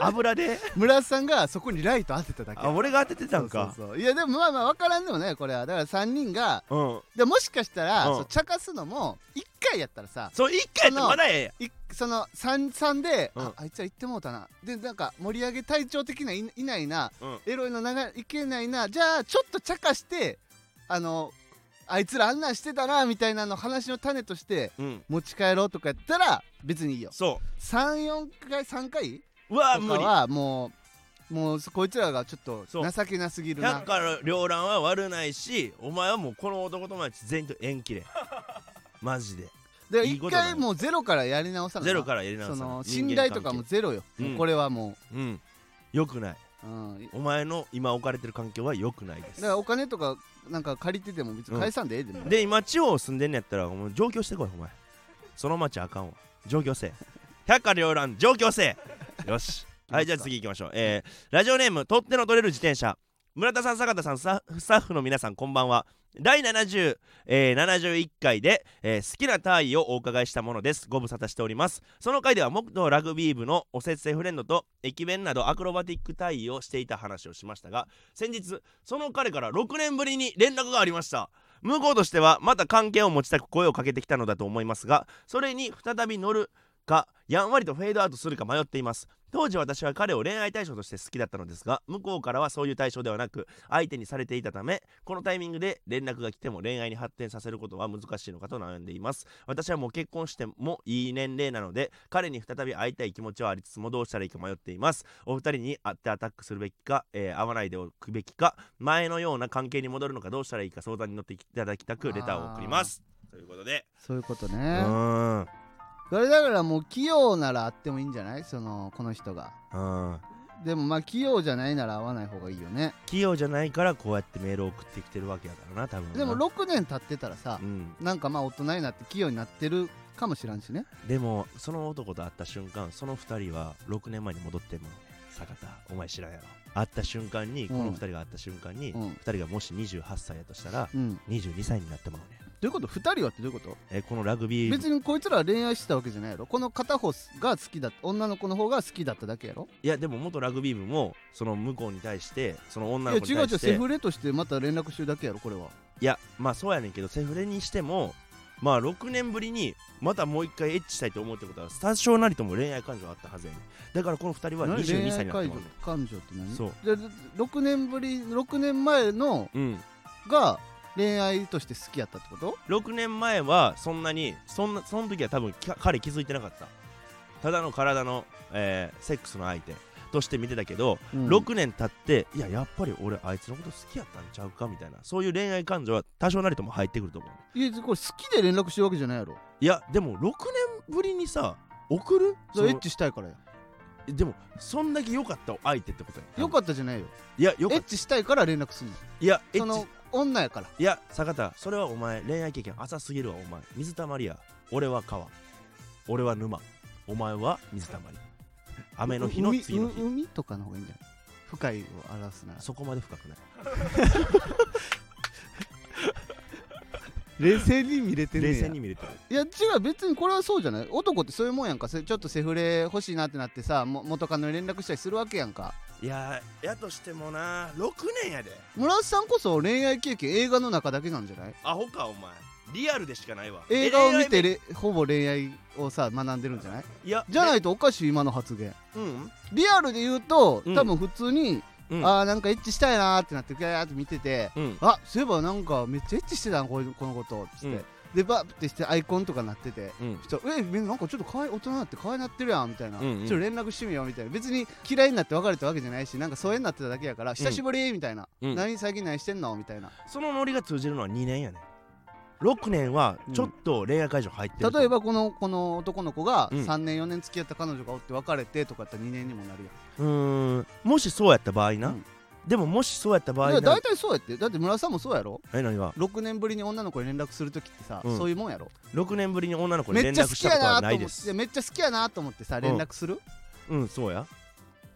Speaker 2: 油で
Speaker 1: 村田さんがそこにライト当てただけ
Speaker 2: あ俺が当ててたんか
Speaker 1: そうそうそういやでもまあまあ分からんでもないよこれはだから3人が
Speaker 2: うん
Speaker 1: でもしかしたら、
Speaker 2: うん
Speaker 1: そう茶化すのも1回やったらさ
Speaker 2: そう一回やってまだええやん
Speaker 1: いその33で、
Speaker 2: うん
Speaker 1: ああいつら行ってもうたなでなんか盛り上げ隊長的ないいないな、
Speaker 2: うん
Speaker 1: エロいの流いけないなじゃあちょっと茶化してあのあいつらあんなんしてたなみたいなの話の種として
Speaker 2: うん
Speaker 1: 持ち帰ろうとかやったら別にいいよ
Speaker 2: そ
Speaker 1: 34回3回
Speaker 2: ううわ
Speaker 1: とか
Speaker 2: 無理
Speaker 1: はもうもうこいつらがちょっと
Speaker 2: そう
Speaker 1: 情けなすぎるな
Speaker 2: 百花繚乱は悪ないしお前はもうこの男友達全員と縁切れ [laughs] マジで
Speaker 1: で
Speaker 2: いい
Speaker 1: 一
Speaker 2: ことだね
Speaker 1: 回もうゼロからやり直さない
Speaker 2: ゼロからやり直
Speaker 1: そ
Speaker 2: さ
Speaker 1: の
Speaker 2: な
Speaker 1: 信頼とかもゼロよ、
Speaker 2: うん
Speaker 1: もうこれはも、
Speaker 2: うんよくないう
Speaker 1: うん、
Speaker 2: お前の今置かれてる環境はよくないで
Speaker 1: だ
Speaker 2: す
Speaker 1: からお金とかなんか借りてても別に返さんでええでも、
Speaker 2: で今地方住んでんのやったらもう上京してこいお前その町あかんわ上京せえ百花繚乱上京せえよしはいじゃあ次行きましょうえー、ラジオネーム取っての取れる自転車村田さん坂田さんスタッフスタッフの皆さんこんばんは第70、えー71回で、えー好きな単位をお伺いしたものですご無沙汰しておりますその回では元ラグビー部のお節制フレンドと駅弁などアクロバティック単位をしていた話をしましたが先日その彼から6年ぶりに連絡がありました向こうとしてはまた関係を持ちたく声をかけてきたのだと思いますがそれに再び乗るかやんわりとフェードアウトするか迷っています当時私は彼を恋愛対象として好きだったのですが向こうからはそういう対象ではなく相手にされていたためこのタイミングで連絡が来ても恋愛に発展させることは難しいのかと悩んでいます私はもう結婚してもいい年齢なので彼に再び会いたい気持ちはありつつもどうしたらいいか迷っていますお二人に会ってアタックするべきか、えー会わないでおくべきか前のような関係に戻るのかどうしたらいいか相談に乗っていただきたくレターを送りますということで
Speaker 1: そういうこと
Speaker 2: う
Speaker 1: ね、
Speaker 2: ーんう
Speaker 1: それだからもう器用ならあってもいいんじゃないそのこの人が
Speaker 2: ーん
Speaker 1: でもまあ器用じゃないなら会わない方がいいよね
Speaker 2: 器用じゃないからこうやってメールを送ってきてるわけやからな多分な
Speaker 1: でも6年経ってたらさ
Speaker 2: う、ん、
Speaker 1: なんかまあ大人になって器用になってるかもしらんしね
Speaker 2: でもその男と会った瞬間その二人は6年前に戻っても坂田お前知らんやろ会った瞬間
Speaker 1: う
Speaker 2: に、
Speaker 1: ん
Speaker 2: この二人が会った瞬間に、
Speaker 1: う
Speaker 2: 二
Speaker 1: ん
Speaker 2: 人がもし28歳やとしたら
Speaker 1: うんど
Speaker 2: 22歳になってもらうね
Speaker 1: ういうこと2人はってどういうこと
Speaker 2: えこのラグビー
Speaker 1: 別にこいつらは恋愛してたわけじゃないやろこの片方が好きだ女の子の方が好きだっただけやろ
Speaker 2: いやでも元ラグビー部もその向こうに対してその
Speaker 1: い
Speaker 2: 女
Speaker 1: や
Speaker 2: の子に
Speaker 1: 違う違
Speaker 2: 対
Speaker 1: う
Speaker 2: してい
Speaker 1: セ
Speaker 2: や
Speaker 1: フレとしてまた連絡してるだけやろこれは
Speaker 2: まあそうやねんけどセフレにしてもまあ6年ぶりにまたもう一回エッチしたいと思うってことは多少なりとも恋愛感情があったはずやねんだからこの2人は
Speaker 1: 何
Speaker 2: 22
Speaker 1: 恋
Speaker 2: 歳
Speaker 1: 愛
Speaker 2: になっ
Speaker 1: 感
Speaker 2: ても
Speaker 1: 情
Speaker 2: らうね
Speaker 1: 感情って何
Speaker 2: そう
Speaker 1: じゃあ6年ぶり6年前の
Speaker 2: んうん
Speaker 1: が恋愛として好きやったってこと
Speaker 2: 6年前はそんなにそんなその時は多分き彼気づいてなかったただの体の、えーセックスの相手として見てたけど、
Speaker 1: うん
Speaker 2: 6年経っていややっぱり俺あいつのこと好きやったんちゃうかみたいなそういう恋愛感情は多少なりとも入ってくると思う
Speaker 1: いやこれ好きで連絡してるわけじゃないやろ
Speaker 2: いやでも6年ぶりにさ送る
Speaker 1: それエッチしたいからや
Speaker 2: そのでもそんだけ良かった相手ってことや
Speaker 1: よかったじゃないよ
Speaker 2: いやよ
Speaker 1: エ
Speaker 2: かっ
Speaker 1: ッチしたいから連絡するの
Speaker 2: いやエ
Speaker 1: そ
Speaker 2: ッ
Speaker 1: の
Speaker 2: チ
Speaker 1: 女やから
Speaker 2: いや坂田それはお前恋愛経験浅すぎるわお前水たまりや俺は川俺は沼お前は水たまり雨の日の
Speaker 1: 海
Speaker 2: 次の日
Speaker 1: 海海とかの方がいいんじゃない深いを表すなら
Speaker 2: そこまで深くない
Speaker 1: 冷静に見れて
Speaker 2: 冷静に見れてる
Speaker 1: いや違う別にこれはそうじゃない男ってそういうもんやんかせちょっとセフレ欲しいなってなってさも元カノに連絡したりするわけやんか
Speaker 2: いややとしてもな6年やで
Speaker 1: 村瀬さんこそ恋愛経験映画の中だけなんじゃない
Speaker 2: アホかお前リアルでしかないわ
Speaker 1: 映画を見て
Speaker 2: る
Speaker 1: れほぼ恋愛をさ学んでるんじゃない
Speaker 2: いや
Speaker 1: じゃないいとおかしい今の発言
Speaker 2: うん
Speaker 1: リアルで言うと
Speaker 2: うん
Speaker 1: 多分普通に、
Speaker 2: うん
Speaker 1: あーなんかエッチしたいなーってなってガヤーって見てて
Speaker 2: うん
Speaker 1: あそういえばなんかめっちゃエッチしてたなこういうこのことつって、
Speaker 2: うん
Speaker 1: でバーってしてアイコンとかなってて
Speaker 2: うん
Speaker 1: そしたらえみんななんかちょっと可愛い大人になって可愛いなってるやんみたいな、
Speaker 2: うんうん
Speaker 1: ちょっと連絡してみようみたいな別に嫌いになって別れたわけじゃないしなんか疎遠になってただけやから久しぶりみたいな、
Speaker 2: うん
Speaker 1: 何最近何してんのみたいな
Speaker 2: そのノリが通じるのは2年やね6年はちょっと恋愛会場入ってると思う、
Speaker 1: 例えばこのこの男の子が
Speaker 2: うん
Speaker 1: 3年4年付き合った彼女がおって別れてとかやったら2年にもなる
Speaker 2: うーんもしそうやった場合な、
Speaker 1: うん
Speaker 2: でももしそうやった場
Speaker 1: やん
Speaker 2: 合
Speaker 1: い
Speaker 2: な
Speaker 1: や大体そうやってだって村さんもそうやろ
Speaker 2: え何が
Speaker 1: 6年ぶりに女の子に連絡するときってさ、
Speaker 2: うん
Speaker 1: そういうもんやろ
Speaker 2: 6年ぶりに女の子に
Speaker 1: めっ
Speaker 2: 連
Speaker 1: ちゃ
Speaker 2: 絡
Speaker 1: 好
Speaker 2: し
Speaker 1: き
Speaker 2: たこ
Speaker 1: や
Speaker 2: とは
Speaker 1: な
Speaker 2: な
Speaker 1: と
Speaker 2: い
Speaker 1: 思
Speaker 2: で
Speaker 1: っていや
Speaker 2: す
Speaker 1: めっちゃ好きやなと思ってさ連絡する、
Speaker 2: うんそうや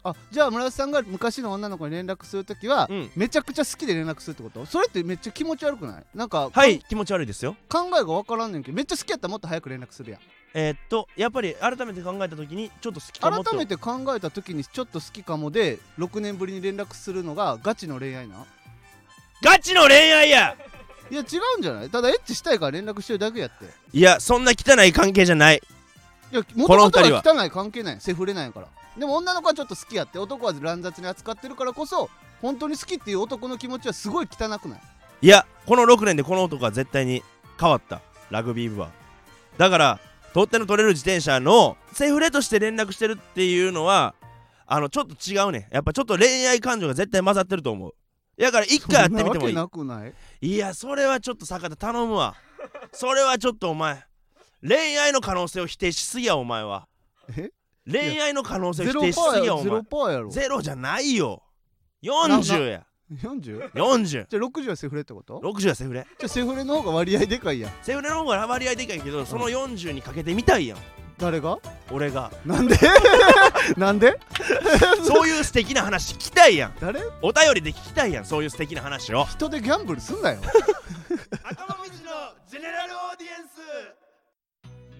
Speaker 1: あじゃあ村田さんが昔の女の子に連絡するときは、
Speaker 2: うん
Speaker 1: めちゃくちゃ好きで連絡するってことそれってめっちゃ気持ち悪くないなんか、
Speaker 2: はい気持ち悪いですよ
Speaker 1: 考えが分からんねんけどめっちゃ好きやったらもっと早く連絡するやん
Speaker 2: えーっとやっぱり改めて考えた時にちょっと好きかも
Speaker 1: 改め
Speaker 2: って
Speaker 1: て考えた時にちょっと好きかもで6年ぶりに連絡するのがガチの恋愛なん
Speaker 2: ガチの恋愛や
Speaker 1: いや違うんじゃないただエッチしたいから連絡してるだけやってい
Speaker 2: いやそんな汚い関係じゃない
Speaker 1: やもと
Speaker 2: この
Speaker 1: も
Speaker 2: 二
Speaker 1: と
Speaker 2: 人は
Speaker 1: は汚い関係ないセフレなんやからでも女の子はちょっと好きやって男は乱雑に扱ってるからこそ本当に好きっていう男の気持ちはすごい汚くない
Speaker 2: いやこの6年でこの男は絶対に変わったラグビー部はだから取っ手の取れる自転車のセフレとして連絡してるっていうのはあのちょっと違うねやっぱちょっと恋愛感情が絶対混ざってると思うだから一回やってみても
Speaker 1: [laughs]
Speaker 2: いい
Speaker 1: そんなわけなくない
Speaker 2: いやそれはちょっと坂田頼むわそれはちょっとお前恋愛の可能性を否定しすぎやお前は
Speaker 1: え
Speaker 2: 恋愛の可能性を
Speaker 1: ゼ
Speaker 2: 否
Speaker 1: ロ
Speaker 2: 定し
Speaker 1: パ
Speaker 2: す
Speaker 1: ー
Speaker 2: ぎ
Speaker 1: やろ
Speaker 2: やお
Speaker 1: ゼ
Speaker 2: 前
Speaker 1: ロパーやろ
Speaker 2: ゼロじゃないよ40や
Speaker 1: 40?
Speaker 2: 40
Speaker 1: じゃあ60はセフレってこと
Speaker 2: 60はセフレ
Speaker 1: じゃあセフレの方が割合でかいやん
Speaker 2: セフレの方が割合でかいけどその40にかけてみたいやん
Speaker 1: 誰が
Speaker 2: 俺
Speaker 1: [laughs]
Speaker 2: が
Speaker 1: なん
Speaker 2: [laughs]
Speaker 1: でなんで
Speaker 2: そういう素敵な話聞きたいやん
Speaker 1: 誰
Speaker 2: お便りで聞きたいやんそういう素敵な話を
Speaker 1: 人でギャンブルすんなよ
Speaker 3: 赤もみじのジェネラルオーディエンス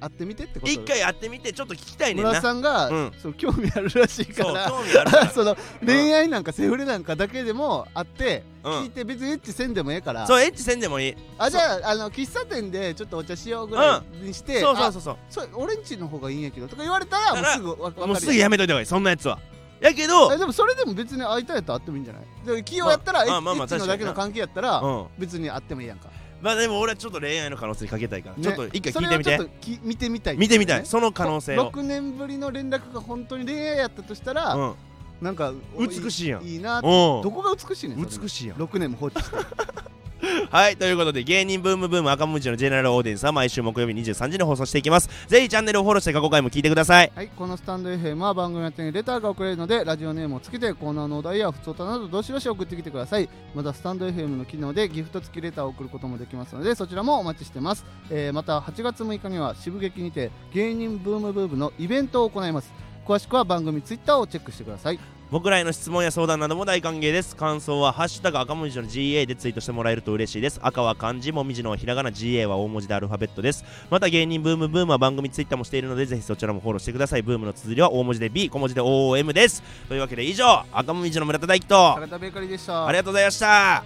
Speaker 1: 会ってみてってこと
Speaker 2: 一回やってみてちょっと聞きたいねん
Speaker 1: 村
Speaker 2: なそう
Speaker 1: さんが、
Speaker 2: うん
Speaker 1: そう興味あるらしいか
Speaker 2: 興味
Speaker 1: ら
Speaker 2: あるか
Speaker 1: [laughs] その恋愛なんかセフレなんかだけでもあって、
Speaker 2: らう
Speaker 1: 聞い
Speaker 2: ん
Speaker 1: て別にエッチせんでもええから
Speaker 2: そうエッチせんでもいい
Speaker 1: あじゃああの喫茶店でちょっとお茶しようぐらいにして、
Speaker 2: そうそうそうそう
Speaker 1: あそれ俺んちの方がいいんやけどとか言われたらもうすぐわ分かる
Speaker 2: もうすぐやめといた方がいいそんなやつはやけ
Speaker 1: え
Speaker 2: ど
Speaker 1: でもそれでも別に会いたいやったら会ってもいいんじゃないで器用やったら、
Speaker 2: まあまあ
Speaker 1: エ
Speaker 2: まあ
Speaker 1: ッチのだけの関係やったら、
Speaker 2: うん
Speaker 1: 別に会ってもいいやんか、
Speaker 2: まあでも俺はちょっと恋愛の可能性にかけたいから、
Speaker 1: ね
Speaker 2: ちょっと一回聞いてみ
Speaker 1: それ
Speaker 2: て
Speaker 1: はちょっとき見てみたい、
Speaker 2: 見てみたいその可能性を
Speaker 1: 6年ぶりの連絡が本当に恋愛やったとしたら、なんか
Speaker 2: うん美しいやん
Speaker 1: いいなってど
Speaker 2: う
Speaker 1: こが美しいねんそ
Speaker 2: ん
Speaker 1: れ
Speaker 2: 美しいやん
Speaker 1: 6年も放置して
Speaker 2: はいということで芸人ブームブーム赤文字のジェネラルオーディエンスは毎週木曜日23時に放送していきますぜひチャンネルをフォローして過去回も聞いてください
Speaker 1: はい、このスタンド FM は番組宛てにレターが送れるのでラジオネームをつけてコーナーのお題や普通歌などどしどし送ってきてくださいまたスタンド FM の機能でギフト付きレターを送ることもできますのでそちらもお待ちしてます、えーまた8月6日には渋劇にて芸人ブームブームのイベントを行います詳しくは番組ツイッターをチェックしてください
Speaker 2: 僕らへの質問や相談なども大歓迎です感想は「ハッシュタグ赤文字の GA」でツイートしてもらえると嬉しいです赤は漢字もみじのはひらがな GA は大文字でアルファベットですまた芸人ブームブームは番組ツイッターもしているのでぜひそちらもフォローしてくださいブームの綴りは大文字で B 小文字で OOM ですというわけで以上赤文字の村田大樹と
Speaker 1: 坂田ベーカリーでした
Speaker 2: ありがとうございました